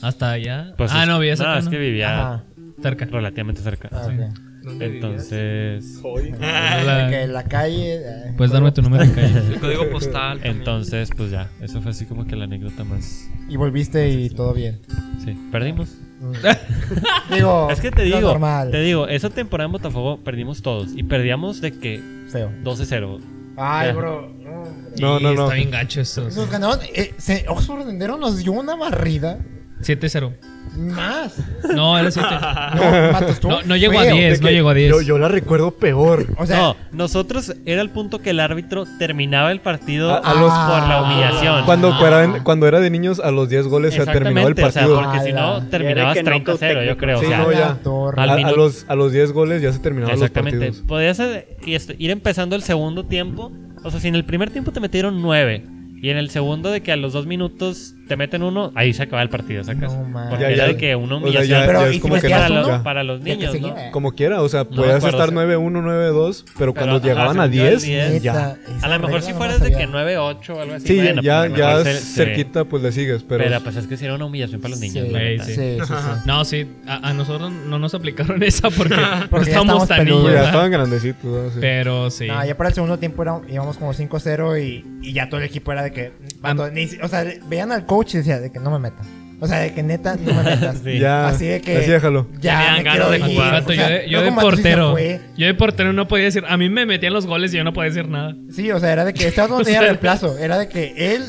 Speaker 3: Hasta allá.
Speaker 2: Pues,
Speaker 3: ah,
Speaker 2: es-
Speaker 3: no, vi
Speaker 2: No,
Speaker 3: esa.
Speaker 2: es que vivía
Speaker 5: Ajá.
Speaker 3: Cerca.
Speaker 2: relativamente cerca.
Speaker 5: Ah,
Speaker 2: sí.
Speaker 5: ok.
Speaker 6: ¿Dónde vivías?
Speaker 2: Entonces, Ah,
Speaker 5: De
Speaker 3: Pues La- Pues
Speaker 5: que en la calle. eh,
Speaker 3: Puedes darme tu número de calle.
Speaker 6: El código postal. también.
Speaker 2: entonces pues ya, eso fue así como que la anécdota más.
Speaker 5: Y volviste y todo bien.
Speaker 2: Sí, perdimos.
Speaker 5: Mm. Digo,
Speaker 2: [LAUGHS] Es que te
Speaker 5: Oh, lo
Speaker 2: digo,
Speaker 5: normal.
Speaker 2: te digo, esa temporada en Botafogo perdimos todos y perdíamos de que
Speaker 5: Feo.
Speaker 2: 12-0.
Speaker 5: Ay,
Speaker 2: Ya.
Speaker 5: bro. no, hombre.
Speaker 1: No, no,
Speaker 3: Y
Speaker 1: no.
Speaker 3: Está bien gacho eso. o sea.
Speaker 5: Nos ganaron. eh, se- Oxford Rendero nos dio una barrida.
Speaker 3: 7-0.
Speaker 5: Más.
Speaker 3: No, era 7.
Speaker 2: Ah.
Speaker 5: No, vato, estuvo
Speaker 3: No, no llegó a
Speaker 5: Ah, feo.
Speaker 3: 10, no
Speaker 1: que
Speaker 3: llegó a 10.
Speaker 1: Yo, yo la recuerdo peor.
Speaker 5: O sea,
Speaker 2: no, nosotros era el punto que el árbitro terminaba el partido
Speaker 1: A- a los-
Speaker 2: ah, por la humillación.
Speaker 1: Ah,
Speaker 2: Ah.
Speaker 1: Cuando, cuando, cuando era de niños, a los 10 goles se terminado el
Speaker 2: Exactamente, o sea,
Speaker 1: partido. Ah,
Speaker 2: porque si
Speaker 5: Ala.
Speaker 2: no terminabas
Speaker 4: Era que
Speaker 2: 30-0, yo
Speaker 4: knockout
Speaker 2: creo.
Speaker 1: Sí,
Speaker 2: o sea,
Speaker 1: no, ya.
Speaker 5: torre.
Speaker 1: A,
Speaker 2: Al
Speaker 1: a
Speaker 2: minuto-
Speaker 1: los, a los 10 goles ya se terminaban los
Speaker 2: exactamente.
Speaker 1: partidos.
Speaker 2: Podías eh, y este, ir empezando el segundo tiempo. O sea, si en el primer tiempo te metieron 9 y en el segundo de que a los 2 minutos te meten uno, ahí se acaba el partido, sacas.
Speaker 5: No, man.
Speaker 2: porque
Speaker 1: Ya,
Speaker 2: era
Speaker 1: ya.
Speaker 2: de que una
Speaker 1: O sea, ya-
Speaker 2: humillación
Speaker 1: ya
Speaker 5: Pero,
Speaker 1: es
Speaker 5: ¿y si
Speaker 1: como que
Speaker 5: metías
Speaker 2: para,
Speaker 1: no,
Speaker 5: uno?
Speaker 2: los-
Speaker 1: ya.
Speaker 2: para los
Speaker 5: Ya que
Speaker 2: niños, ¿no?
Speaker 5: seguía. eh,
Speaker 1: Como quiera, o sea,
Speaker 2: me
Speaker 1: podías
Speaker 2: acuerdo,
Speaker 1: estar
Speaker 2: sí.
Speaker 1: 9-1, 9-2, pero cuando
Speaker 2: ajá,
Speaker 1: llegaban
Speaker 2: ah, se
Speaker 1: a
Speaker 2: metió al
Speaker 1: 10,
Speaker 2: 10.
Speaker 1: ya.
Speaker 5: Neta, esa
Speaker 2: A lo mejor
Speaker 5: regla
Speaker 2: si
Speaker 5: no
Speaker 2: fueras
Speaker 5: la
Speaker 2: de que
Speaker 5: sabía.
Speaker 2: 9-8 o algo así.
Speaker 1: Sí, ya,
Speaker 2: bueno,
Speaker 1: ya,
Speaker 2: pues, a lo
Speaker 1: ya
Speaker 2: mejor se- se-
Speaker 1: cerquita, pues le sigues, pero.
Speaker 2: Pero, pues es que si era una humillación para los niños.
Speaker 5: Sí,
Speaker 2: la
Speaker 3: güey,
Speaker 2: neta.
Speaker 5: sí,
Speaker 3: sí.
Speaker 5: sí, sí.
Speaker 3: No, sí, a, a nosotros no nos aplicaron [LAUGHS] esa porque, no
Speaker 5: Porque ya
Speaker 3: estábamos
Speaker 5: estábamos
Speaker 3: tan
Speaker 1: Pues
Speaker 5: peludos.
Speaker 3: niños.
Speaker 1: ya
Speaker 3: ¿verdad?
Speaker 1: estaban grandecitos. ¿no? Sí.
Speaker 3: Pero sí.
Speaker 5: No, ya para el segundo tiempo era- íbamos como 5-0 y, y ya todo el equipo era de que... vato, ni si- o sea, le- veían al coach y decía de que no me metan. O sea, de que neta,
Speaker 3: [LAUGHS]
Speaker 5: no me metas.
Speaker 2: Sí.
Speaker 1: Ya,
Speaker 5: Así de que...
Speaker 1: así déjalo.
Speaker 5: Ya,
Speaker 6: Tenían
Speaker 5: me
Speaker 6: ganas
Speaker 5: quiero
Speaker 6: de
Speaker 5: ir.
Speaker 6: jugar.
Speaker 3: Vato,
Speaker 5: O sea,
Speaker 3: yo de, yo
Speaker 5: luego
Speaker 3: de
Speaker 5: Matute se
Speaker 3: portero.
Speaker 5: fue.
Speaker 3: Yo de portero no podía decir. A mí me metían los goles y yo no podía decir nada.
Speaker 5: Sí, o sea, era de que
Speaker 3: [LAUGHS]
Speaker 5: estaba donde tenía reemplazo. Era de que él...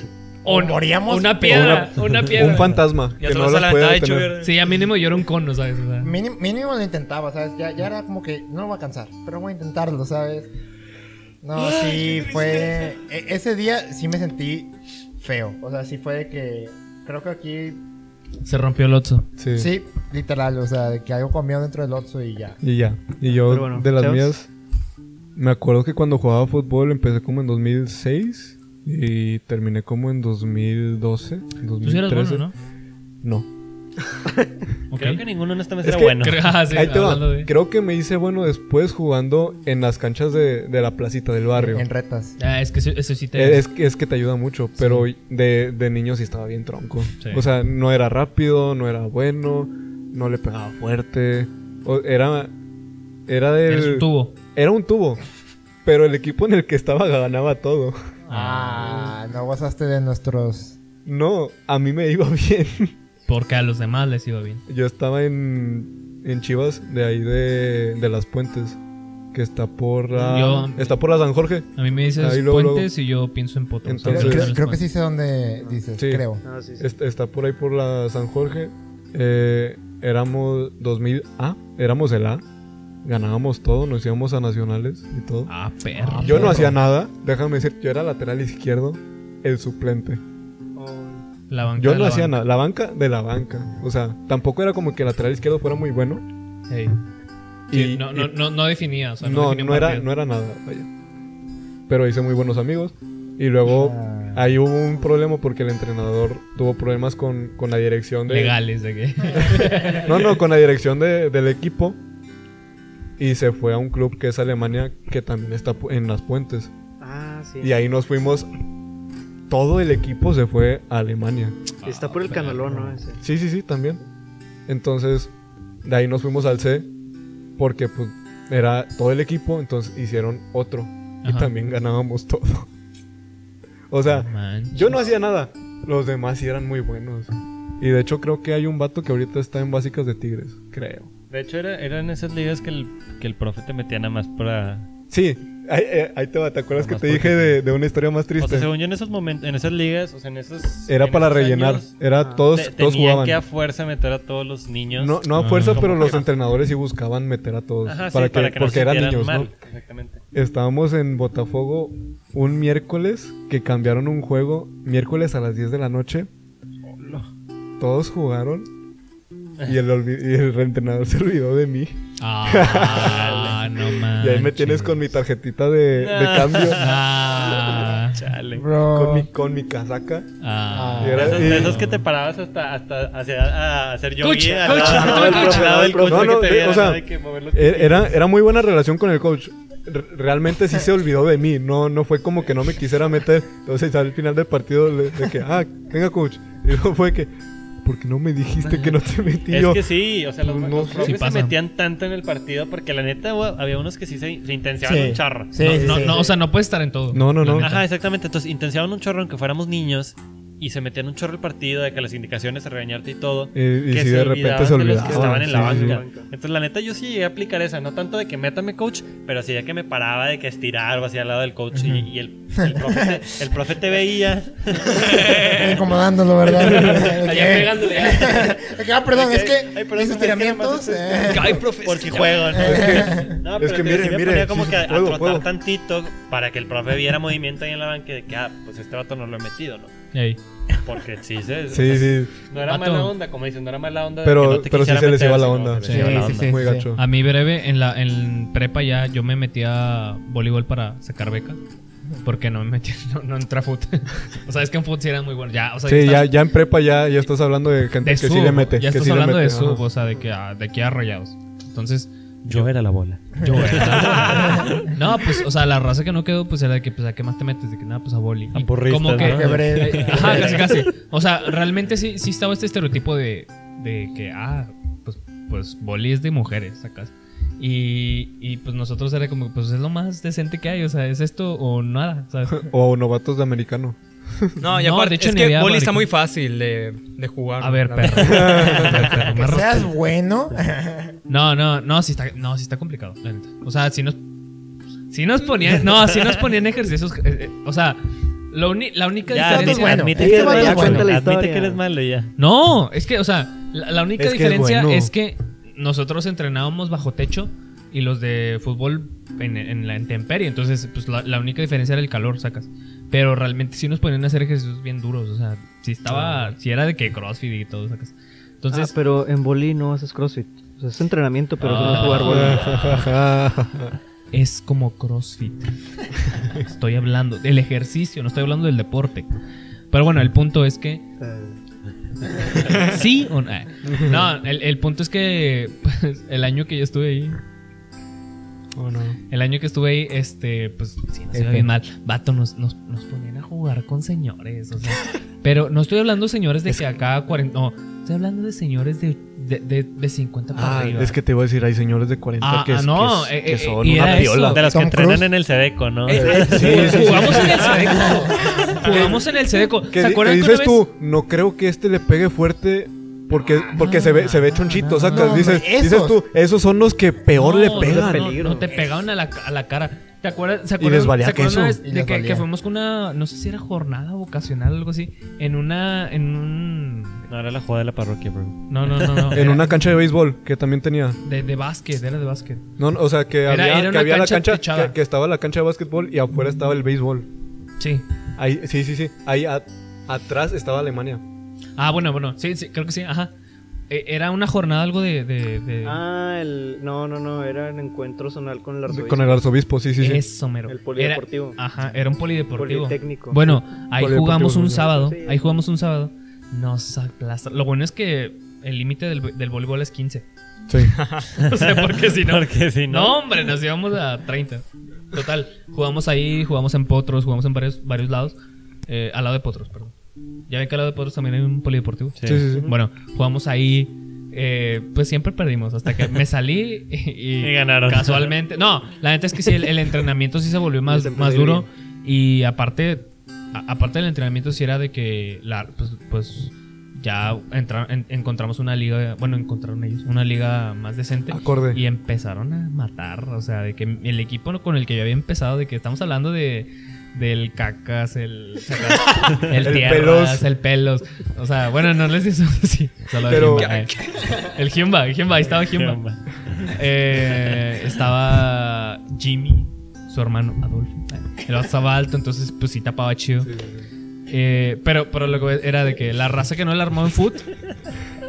Speaker 5: O
Speaker 3: no-
Speaker 5: moríamos...
Speaker 3: Una piedra. Una, piedra.
Speaker 1: Un fantasma
Speaker 6: Ya
Speaker 1: que
Speaker 6: se
Speaker 1: no
Speaker 6: las
Speaker 1: las
Speaker 6: adelantaba
Speaker 1: puede
Speaker 6: y
Speaker 1: detener.
Speaker 6: chubier-
Speaker 3: Sí, ya mínimo yo era un cono, ¿sabes? O sea,
Speaker 5: Mínimo, mínimo lo intentaba, ¿sabes? Ya, ya era como que no lo voy a cansar, pero voy a intentarlo, ¿sabes? No, sí, fue... e- ese día sí me sentí feo. O sea, sí fue de que... Creo que aquí
Speaker 3: se rompió el otro.
Speaker 1: Sí.
Speaker 5: Sí, literal, o sea, de que algo comió dentro del Otso y ya.
Speaker 1: Y ya. Y yo,
Speaker 4: Pero bueno,
Speaker 1: de las
Speaker 4: Sebas.
Speaker 1: mías, me acuerdo que cuando jugaba fútbol empecé como en 2006 y terminé como en 2012. 2013.
Speaker 3: Tú sí eras bueno, ¿no?
Speaker 1: No.
Speaker 3: Ok.
Speaker 2: Creo que ninguno en esta mesa
Speaker 1: Es
Speaker 2: era
Speaker 1: que-
Speaker 2: bueno.
Speaker 3: Creo- [LAUGHS] ah, sí,
Speaker 1: Ahí te va.
Speaker 3: hablando de-
Speaker 1: Creo que me hice bueno después jugando en las canchas de, de la placita del barrio.
Speaker 5: En retas.
Speaker 3: Ah, es que eso, eso sí te.
Speaker 1: Eh, Es, que- es que te ayuda mucho, pero de, de niño sí estaba bien tronco.
Speaker 3: Sí.
Speaker 1: O sea, no era rápido, no era bueno, no le pegaba fuerte. O- era. Era del.
Speaker 3: eres un tubo.
Speaker 1: Era un tubo. Pero el equipo en el que estaba ganaba todo.
Speaker 5: Ah, no gozaste de nuestros.
Speaker 1: No, a mí me iba [LAUGHS] bien.
Speaker 3: Porque a los demás les iba bien.
Speaker 1: Yo estaba en, en Chivas, de ahí de, de Las Puentes. Que está por la.
Speaker 3: Yo-
Speaker 1: está por la San Jorge.
Speaker 3: A mí me dices
Speaker 1: Ahí luego,
Speaker 3: puentes y yo pienso en potos.
Speaker 1: Entonces-
Speaker 5: Creo,
Speaker 1: Entonces-
Speaker 5: creo- creo que sí sé dónde dices,
Speaker 1: Sí.
Speaker 5: creo.
Speaker 4: No, Ah, sí, sí.
Speaker 1: Est- está por ahí por la San Jorge. Eh, éramos 2000 A, éramos el A. Ganábamos todo, nos íbamos a nacionales y todo.
Speaker 3: Ah, perro.
Speaker 1: yo no
Speaker 5: perro.
Speaker 1: hacía nada, déjame decir, yo era lateral izquierdo, el suplente.
Speaker 3: La banca
Speaker 1: Yo
Speaker 3: de
Speaker 1: no
Speaker 3: la
Speaker 1: hacía
Speaker 3: banca.
Speaker 1: nada, la banca de la banca. O sea, tampoco era como que el lateral izquierdo fuera muy bueno.
Speaker 3: Ey.
Speaker 1: Y,
Speaker 3: Sí, no, no,
Speaker 1: y-
Speaker 3: no, no definía. O sea, no,
Speaker 1: no,
Speaker 3: definía un
Speaker 1: no era,
Speaker 3: partido.
Speaker 1: no era nada, vaya. Pero hice muy buenos amigos. Y luego
Speaker 5: Ah.
Speaker 1: Ahí hubo un problema porque el entrenador tuvo problemas con, con la dirección de...
Speaker 3: Legales, de
Speaker 1: [LAUGHS]
Speaker 3: que.
Speaker 1: No, no, con la dirección de- del equipo. Y se fue a un club que es Alemania, que también está pu- en las puentes.
Speaker 4: Ah, sí.
Speaker 1: Y ahí nos fuimos. Todo el equipo se fue a Alemania.
Speaker 4: Está
Speaker 3: Ah,
Speaker 4: por el canalón, ¿no? Ese.
Speaker 1: Sí, sí, sí, también. Entonces, de ahí nos fuimos al C. Porque pues era todo el equipo, entonces hicieron otro. Y
Speaker 3: Ajá.
Speaker 1: también ganábamos todo. O sea,
Speaker 3: Man.
Speaker 1: yo no hacía nada. Los demás sí eran muy buenos. Y de hecho creo que hay un vato que ahorita está en básicas de Tigres, creo.
Speaker 2: De hecho, era, eran esas ligas que el, que el profe te metía nada más para.
Speaker 1: Sí, ahí, eh, ahí te va. ¿Te acuerdas que
Speaker 2: Nomás
Speaker 1: te dije
Speaker 2: porque
Speaker 1: de, de una historia más
Speaker 2: O sea,
Speaker 1: triste?
Speaker 2: según yo, en esos momentos, en esas ligas, o sea, en esos.
Speaker 1: Era
Speaker 2: en
Speaker 1: para
Speaker 2: esos
Speaker 1: rellenar.
Speaker 2: años,
Speaker 1: Era
Speaker 4: Ah.
Speaker 1: todos,
Speaker 2: te-
Speaker 1: todos
Speaker 2: tenía
Speaker 1: jugaban.
Speaker 2: que a fuerza meter a todos los niños.
Speaker 1: No, no a
Speaker 3: Ah.
Speaker 1: fuerza,
Speaker 2: Como
Speaker 1: pero los
Speaker 2: que-
Speaker 1: entrenadores sí buscaban meter a todos.
Speaker 2: Ajá, sí,
Speaker 1: para que,
Speaker 2: no
Speaker 1: porque
Speaker 2: se
Speaker 1: eran
Speaker 2: sintieran
Speaker 1: niños,
Speaker 2: mal,
Speaker 1: ¿no?
Speaker 2: Exactamente.
Speaker 1: Estábamos en Botafogo un miércoles que cambiaron un juego. Miércoles a las 10 de la noche. Todos jugaron. Y
Speaker 2: Eh.
Speaker 1: el, olvi- y el entrenador se olvidó de mí. [LAUGHS]
Speaker 3: Ah, no man.
Speaker 1: y ahí me tienes con mi tarjetita de, de
Speaker 2: [LAUGHS]
Speaker 1: cambio.
Speaker 3: Ah,
Speaker 2: Chale.
Speaker 1: Con mi,
Speaker 5: Bro.
Speaker 1: con mi casaca.
Speaker 3: ah.
Speaker 1: Y era-
Speaker 2: Esos,
Speaker 1: y-
Speaker 2: de esos
Speaker 1: [LAUGHS]
Speaker 2: que te parabas hasta, hasta hacia, a hacer yo
Speaker 3: Coach,
Speaker 2: al
Speaker 3: coach,
Speaker 2: lado-
Speaker 3: no,
Speaker 2: al
Speaker 3: coach.
Speaker 2: profe, al lado del
Speaker 1: No,
Speaker 2: coach para
Speaker 1: no,
Speaker 2: que te
Speaker 1: de-
Speaker 2: viera,
Speaker 1: o sea,
Speaker 2: ¿no? Hay que mover los
Speaker 1: E- Era, era muy buena relación con el coach. Re- Realmente sí se olvidó de mí. No, no fue como que no me quisiera meter. Entonces al final del partido le de que, ah, venga coach. Y luego fue que, porque no me dijiste que no te metí
Speaker 2: Es
Speaker 1: yo.
Speaker 2: que sí, o sea, los,
Speaker 1: No
Speaker 2: los
Speaker 1: sé.
Speaker 2: profes
Speaker 3: Sí
Speaker 2: se
Speaker 3: pasa.
Speaker 2: metían tanto en el partido porque la neta güey, había unos que sí se, se intensiaban
Speaker 5: Sí.
Speaker 2: un chorro.
Speaker 5: Sí,
Speaker 3: no,
Speaker 5: sí,
Speaker 3: no,
Speaker 5: sí,
Speaker 3: no,
Speaker 5: sí.
Speaker 3: o sea, no puede estar en todo.
Speaker 1: No, no, no.
Speaker 3: La neta.
Speaker 2: Ajá, exactamente. Entonces intensiaban un chorro aunque fuéramos niños y se metían un chorro el partido de que las indicaciones de regañarte y todo.
Speaker 1: Eh, y
Speaker 2: que
Speaker 1: si
Speaker 2: se
Speaker 1: de repente
Speaker 2: olvidaban
Speaker 1: se
Speaker 2: de los
Speaker 1: olvidaba.
Speaker 2: que estaban en la
Speaker 1: sí, sí,
Speaker 2: banca.
Speaker 1: sí.
Speaker 2: Entonces, la neta, yo sí llegué a aplicar esa. No tanto de que métame coach, pero así de que me paraba de que estirar o así al lado del coach. y- Y, el, el profe te, el profe te veía.
Speaker 5: Incomodándolo, ¿verdad?
Speaker 6: Allá pegándole.
Speaker 5: De que, [LAUGHS] ah, perdón,
Speaker 2: De
Speaker 5: es
Speaker 2: que, ay,
Speaker 5: que
Speaker 2: perdón,
Speaker 5: mis
Speaker 2: es que nomás
Speaker 5: estiramientos.
Speaker 2: es
Speaker 5: eh,
Speaker 6: Ay, profe.
Speaker 2: Porque juego, ¿no?
Speaker 1: Es que-
Speaker 2: No,
Speaker 1: es
Speaker 2: pero
Speaker 1: que
Speaker 2: te-
Speaker 1: mire,
Speaker 2: sí me
Speaker 1: mire,
Speaker 2: ponía como
Speaker 1: sí,
Speaker 2: que a, a
Speaker 1: puedo,
Speaker 2: trotar
Speaker 1: puedo.
Speaker 2: tantito para que el profe viera movimiento ahí en la banca de que, ah, pues este vato no lo he metido, ¿no?
Speaker 3: Ey.
Speaker 2: Porque sí, se, o
Speaker 1: Sí,
Speaker 2: sea,
Speaker 1: sí.
Speaker 2: No era
Speaker 3: Vato.
Speaker 2: mala onda, como dicen, no era mala onda. de
Speaker 1: Pero-
Speaker 2: que no te
Speaker 1: pero sí
Speaker 2: quisiera
Speaker 1: se les iba
Speaker 2: meter,
Speaker 1: la
Speaker 2: sino
Speaker 1: onda.
Speaker 2: se les iba
Speaker 5: Sí,
Speaker 2: la
Speaker 5: sí,
Speaker 2: onda.
Speaker 5: sí.
Speaker 1: Muy gacho.
Speaker 3: A mí breve, en la en prepa ya yo me metía a voleibol para sacar beca. Porque no me metía, [LAUGHS] no, no entra a fut. o sea, es que en fut sí eran muy buenos. Ya, o sea,
Speaker 1: Sí, ya,
Speaker 3: estás-
Speaker 1: ya en prepa ya, ya estás hablando de gente
Speaker 3: pues de
Speaker 1: que
Speaker 3: sub,
Speaker 1: sí le mete.
Speaker 3: Ya
Speaker 1: que
Speaker 3: estás
Speaker 1: sí le
Speaker 3: hablando de
Speaker 1: mete,
Speaker 3: sub,
Speaker 1: ajá.
Speaker 3: o sea, de que, ah, de que arrollados. Entonces,
Speaker 2: Yo era la bola.
Speaker 3: yo era-
Speaker 1: [LAUGHS]
Speaker 3: No, pues, o sea, la raza que no quedó, pues era de que, pues, ¿a qué más te metes? De que nada, pues a boli. Y
Speaker 2: Aporristas,
Speaker 3: como que.
Speaker 2: ¿no?
Speaker 5: Quebré.
Speaker 3: [LAUGHS] Ajá, casi, casi. O sea, realmente sí, sí estaba este estereotipo de, de que, ah, pues, pues boli es de mujeres, sacas. Y, y pues nosotros era como, pues es lo más decente que hay, o sea, es esto o nada, ¿sabes?
Speaker 1: [LAUGHS] O novatos de americano.
Speaker 6: No, y
Speaker 3: No,
Speaker 6: aparte,
Speaker 3: de hecho,
Speaker 6: es
Speaker 3: ni
Speaker 6: que
Speaker 3: idea,
Speaker 6: boli está
Speaker 3: marica.
Speaker 6: muy fácil de, de
Speaker 1: Ah,
Speaker 6: jugar.
Speaker 3: A ver,
Speaker 6: la
Speaker 1: [LAUGHS]
Speaker 3: perro.
Speaker 6: verdad.
Speaker 3: A ver, perro, me
Speaker 5: Que
Speaker 3: arrastras.
Speaker 5: seas bueno.
Speaker 3: No, no, no, sí está, no, sí está complicado, la neta. O sea, si nos, si nos ponían, no, si nos ponían ejercicios, eh, eh, o sea, lo uni- la única
Speaker 2: Ya,
Speaker 5: Este vato es
Speaker 3: diferencia.
Speaker 5: bueno.
Speaker 2: admite
Speaker 5: Este
Speaker 2: que eres
Speaker 5: vato es
Speaker 2: malo,
Speaker 5: bueno.
Speaker 2: admite
Speaker 4: Cuenta la
Speaker 2: que eres
Speaker 4: historia.
Speaker 2: malo ya.
Speaker 3: No, es que, o sea, la, la única
Speaker 1: Es que es
Speaker 3: diferencia
Speaker 1: bueno.
Speaker 3: es, que nosotros entrenábamos bajo techo y los de fútbol en, en la intemperie. Entonces, pues la, la única diferencia era el calor, sacas. Pero realmente sí nos ponían a hacer ejercicios bien duros. O sea, si estaba, si era de que crossfit y todo, sacas. Entonces,
Speaker 4: ah, pero en boli no haces crossfit. O sea, es entrenamiento, pero no es
Speaker 3: Ah.
Speaker 4: jugar boli.
Speaker 3: [LAUGHS] es como CrossFit. estoy hablando del ejercicio, no estoy hablando del deporte. Pero bueno, el punto es que Ah, sí o no. No, el, el punto es que pues, el año que yo estuve ahí,
Speaker 1: Oh, no.
Speaker 3: el año que estuve ahí, este, pues sí, nos iba bien mal. Vato, nos, nos, nos ponían a jugar con señores, o sea. pero no estoy hablando señores de que acá 40. No, estoy hablando de señores de, de, de, de 50 para
Speaker 1: Ah,
Speaker 3: arriba.
Speaker 1: es que te iba a decir, hay señores de 40
Speaker 3: Ah,
Speaker 1: que,
Speaker 3: ah,
Speaker 1: es-
Speaker 3: no,
Speaker 1: que es-
Speaker 3: eh,
Speaker 1: que
Speaker 3: eh,
Speaker 1: son
Speaker 3: y
Speaker 1: una
Speaker 3: era eso.
Speaker 1: piola.
Speaker 2: De los que
Speaker 5: Tom
Speaker 2: entrenan
Speaker 5: Cruise.
Speaker 2: en el Sedeco, ¿no?
Speaker 3: Eh, [LAUGHS] eh,
Speaker 1: Sí, sí, sí.
Speaker 3: jugamos en
Speaker 1: [LAUGHS]
Speaker 3: el Sedeco. Jugamos en el Sedeco.
Speaker 1: ¿Qué,
Speaker 3: ¿Se
Speaker 1: di-
Speaker 3: acuerdan
Speaker 1: qué
Speaker 3: que
Speaker 1: dices
Speaker 3: una vez- Ah,
Speaker 1: tú? No creo que este le pegue fuerte porque, porque se ve, se ve chonchito,
Speaker 3: no,
Speaker 1: sacas.
Speaker 5: no,
Speaker 1: dices,
Speaker 5: hombre,
Speaker 1: dices tú, esos son los que peor
Speaker 3: No,
Speaker 1: le
Speaker 3: no,
Speaker 1: pegan.
Speaker 3: No, no, te pegaban a la, a la cara. ¿Te acuerdas? ¿Se
Speaker 1: Y les
Speaker 3: acuerdan,
Speaker 1: valía
Speaker 3: ¿se acuerdan
Speaker 1: queso.
Speaker 3: una vez
Speaker 5: Y
Speaker 3: de
Speaker 5: les
Speaker 3: que,
Speaker 5: valía.
Speaker 3: que fuimos con una, no sé si era jornada vocacional o algo así, en una, en un,
Speaker 2: No, era la jugada de la parroquia, bro.
Speaker 3: no, no, no,
Speaker 1: [LAUGHS]
Speaker 3: no,
Speaker 1: En
Speaker 3: era
Speaker 1: una cancha de béisbol que también tenía.
Speaker 3: de, de básquet, era de básquet.
Speaker 1: No, no, o sea, que
Speaker 3: Era-
Speaker 1: había,
Speaker 3: era
Speaker 1: que
Speaker 3: una
Speaker 1: había
Speaker 3: cancha
Speaker 1: la cancha,
Speaker 3: techada.
Speaker 1: que, que estaba la cancha de básquetbol y afuera estaba el béisbol.
Speaker 3: Sí.
Speaker 1: Ahí, sí, sí, sí. Ahí a- atrás estaba Alemania.
Speaker 3: Ah, bueno, bueno, sí, sí, creo que sí, ajá. Eh, Era una jornada algo de... de- de-
Speaker 4: Ah, el. No, no, no, era el encuentro zonal con el arzobispo.
Speaker 1: Con el arzobispo, sí, sí, sí.
Speaker 3: Eso, mero.
Speaker 4: El polideportivo.
Speaker 3: Era, ajá, era un polideportivo.
Speaker 4: Politécnico.
Speaker 3: Bueno, ahí
Speaker 1: Polideportivo,
Speaker 3: jugamos un
Speaker 1: sí.
Speaker 3: sábado.
Speaker 4: Sí.
Speaker 3: Ahí jugamos un sábado. Nos aplasta. Lo bueno es que el límite del, del voleibol es 15.
Speaker 1: Sí.
Speaker 3: [LAUGHS] O sea, porque si no...
Speaker 2: Porque si no.
Speaker 3: No, hombre, nos íbamos a 30. Total, jugamos ahí, jugamos en Potros, jugamos en varios, varios lados. Eh, al lado de Potros, perdón. Ya ven que al lado de Potros también hay un polideportivo.
Speaker 2: Sí.
Speaker 1: Sí, sí, sí.
Speaker 3: Bueno, jugamos ahí. eh, pues siempre perdimos hasta que me salí y,
Speaker 2: [LAUGHS] Y ganaron.
Speaker 3: Casualmente. No, la neta es que sí, el, el entrenamiento sí se
Speaker 2: [LAUGHS]
Speaker 3: volvió más,
Speaker 4: Les empezó
Speaker 3: más
Speaker 4: a ir
Speaker 3: duro. Y aparte, a- aparte del entrenamiento sí era de que la, pues, pues ya entra- en- encontramos una liga, bueno, encontraron ellos, una liga más decente.
Speaker 2: Ah,
Speaker 1: Acorde.
Speaker 3: Y empezaron a matar, o sea, de que el equipo con el que yo había empezado, de que estamos hablando de del cacas, el [LAUGHS] el,
Speaker 1: El
Speaker 3: tierras,
Speaker 1: pelos.
Speaker 3: el pelos, o sea, bueno, no les hizo [LAUGHS] así, solo el
Speaker 1: Pero-
Speaker 3: Hyunba, eh. el Hyunba, el Hyunba, ahí estaba Hyunba, Eh, estaba Jimmy, su hermano Adolfo, eh. el otro estaba alto, entonces pues sí tapaba chido, Eh, pero pero lo que era de que la raza que no la armó en foot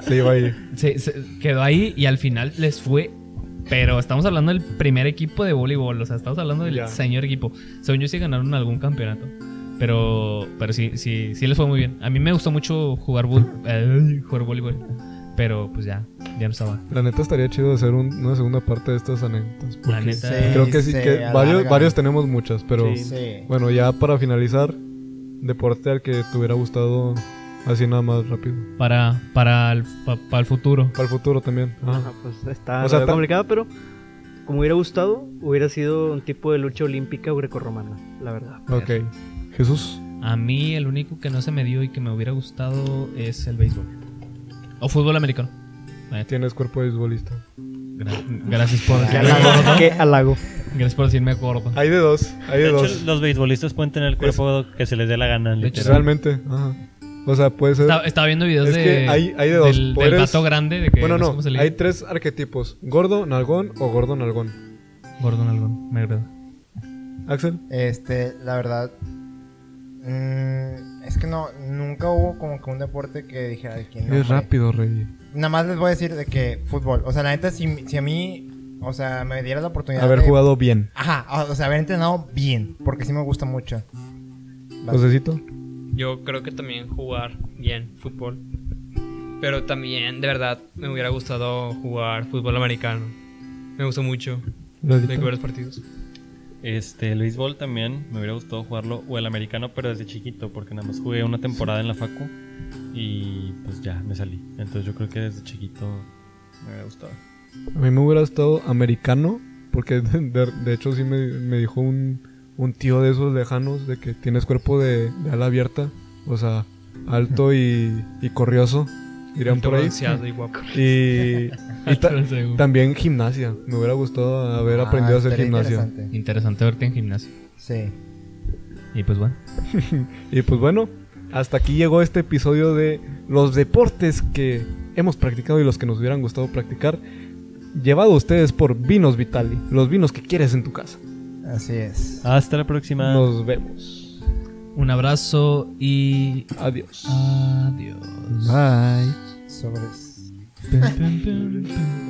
Speaker 1: Se iba ahí.
Speaker 3: se, se quedó ahí y al final les fue. Pero estamos hablando del primer equipo de voleibol, o sea, estamos hablando del
Speaker 1: Ya.
Speaker 3: señor equipo. Según yo sí ganaron algún campeonato. Pero, pero sí, sí, sí les fue muy bien. A mí me gustó mucho jugar, vol- eh, jugar voleibol. Pero pues ya, ya no estaba.
Speaker 1: La neta estaría chido hacer un- una segunda parte de estas anécdotas.
Speaker 3: La
Speaker 1: porque
Speaker 3: neta.
Speaker 5: sí.
Speaker 1: Creo que sí,
Speaker 5: Se
Speaker 1: que
Speaker 5: alarga.
Speaker 1: varios, varios tenemos muchas, pero
Speaker 5: Sí.
Speaker 1: bueno, ya para finalizar, deporte al que te hubiera gustado así nada más rápido.
Speaker 3: Para, para, el, pa- para el futuro.
Speaker 1: Para el futuro también. Ajá.
Speaker 4: Ajá, pues está
Speaker 1: O sea, ta-
Speaker 4: complicado, pero como hubiera gustado, hubiera sido un tipo de lucha olímpica o grecorromana, la verdad.
Speaker 1: Ok. Jesús.
Speaker 3: A mí el único que no se me dio y que me hubiera gustado es el béisbol. O fútbol americano. La neta.
Speaker 1: Tienes cuerpo de beisbolista.
Speaker 3: Gra- Gracias por,
Speaker 4: Qué halago, qué halago.
Speaker 3: gracias por decirme gordo.
Speaker 1: Hay de dos, hay
Speaker 2: De
Speaker 1: de
Speaker 2: hecho,
Speaker 1: dos.
Speaker 2: los beisbolistas pueden tener el cuerpo que se les dé la gana,
Speaker 3: De hecho,
Speaker 2: literal.
Speaker 1: Realmente, ajá. O sea, puede ser.
Speaker 3: Estaba, estaba viendo videos
Speaker 1: Es
Speaker 3: de,
Speaker 1: que hay- hay de dos,
Speaker 3: del,
Speaker 1: poderes-
Speaker 3: del vato grande. De que,
Speaker 1: Bueno,
Speaker 3: sé
Speaker 1: no,
Speaker 3: cómo se le
Speaker 1: hay
Speaker 3: dice.
Speaker 1: tres arquetipos: gordo, nalgón o gordo, nalgón.
Speaker 3: Gordon Algón, me agrada.
Speaker 1: Axel.
Speaker 5: Este, la verdad. mm, es que no, nunca hubo como que un deporte que dijera de que no,
Speaker 1: Es
Speaker 5: hombre.
Speaker 1: rápido, Rey.
Speaker 5: Nada más les voy a decir de que fútbol. O sea, la neta, si, si a mí, o sea, me diera la oportunidad.
Speaker 1: Haber
Speaker 5: de-
Speaker 1: jugado bien.
Speaker 5: Ajá, o sea, haber entrenado bien. Porque sí me gusta mucho. Vas.
Speaker 1: Josecito.
Speaker 6: Yo creo que también jugar bien fútbol. Pero también, de verdad, me hubiera gustado jugar fútbol americano. Me gustó mucho. De que
Speaker 1: Lalito.
Speaker 6: ver los partidos.
Speaker 2: Este, el béisbol también me hubiera gustado jugarlo, o el americano, pero desde chiquito, porque nada más jugué una temporada en la facu y pues ya me salí. Entonces yo creo que desde chiquito me hubiera gustado.
Speaker 1: A mí me hubiera estado americano, porque de, de- de hecho sí me, me dijo un, un tío de esos lejanos de que tienes cuerpo de, de ala abierta, o sea, alto y, y corrioso, dirían por ahí.
Speaker 6: Bronceado y guapo.
Speaker 1: Y, y ta-
Speaker 3: Alto, seguro.
Speaker 1: también gimnasia, me hubiera gustado haber
Speaker 5: Ah,
Speaker 1: aprendido a hacer
Speaker 5: estaría
Speaker 1: gimnasia.
Speaker 5: interesante.
Speaker 3: Interesante verte en gimnasio.
Speaker 5: Sí.
Speaker 3: Y pues bueno.
Speaker 1: Y pues bueno, hasta aquí llegó este episodio de los deportes que hemos practicado y los que nos hubieran gustado practicar, llevado a ustedes por Vinos Vitali, los vinos que quieres en tu casa.
Speaker 5: Así es.
Speaker 2: Hasta la próxima.
Speaker 1: Nos vemos.
Speaker 3: Un abrazo y.
Speaker 1: Adiós.
Speaker 3: Adiós.
Speaker 1: Bye.
Speaker 5: Sobres.
Speaker 3: Pum, pum, pum, pum.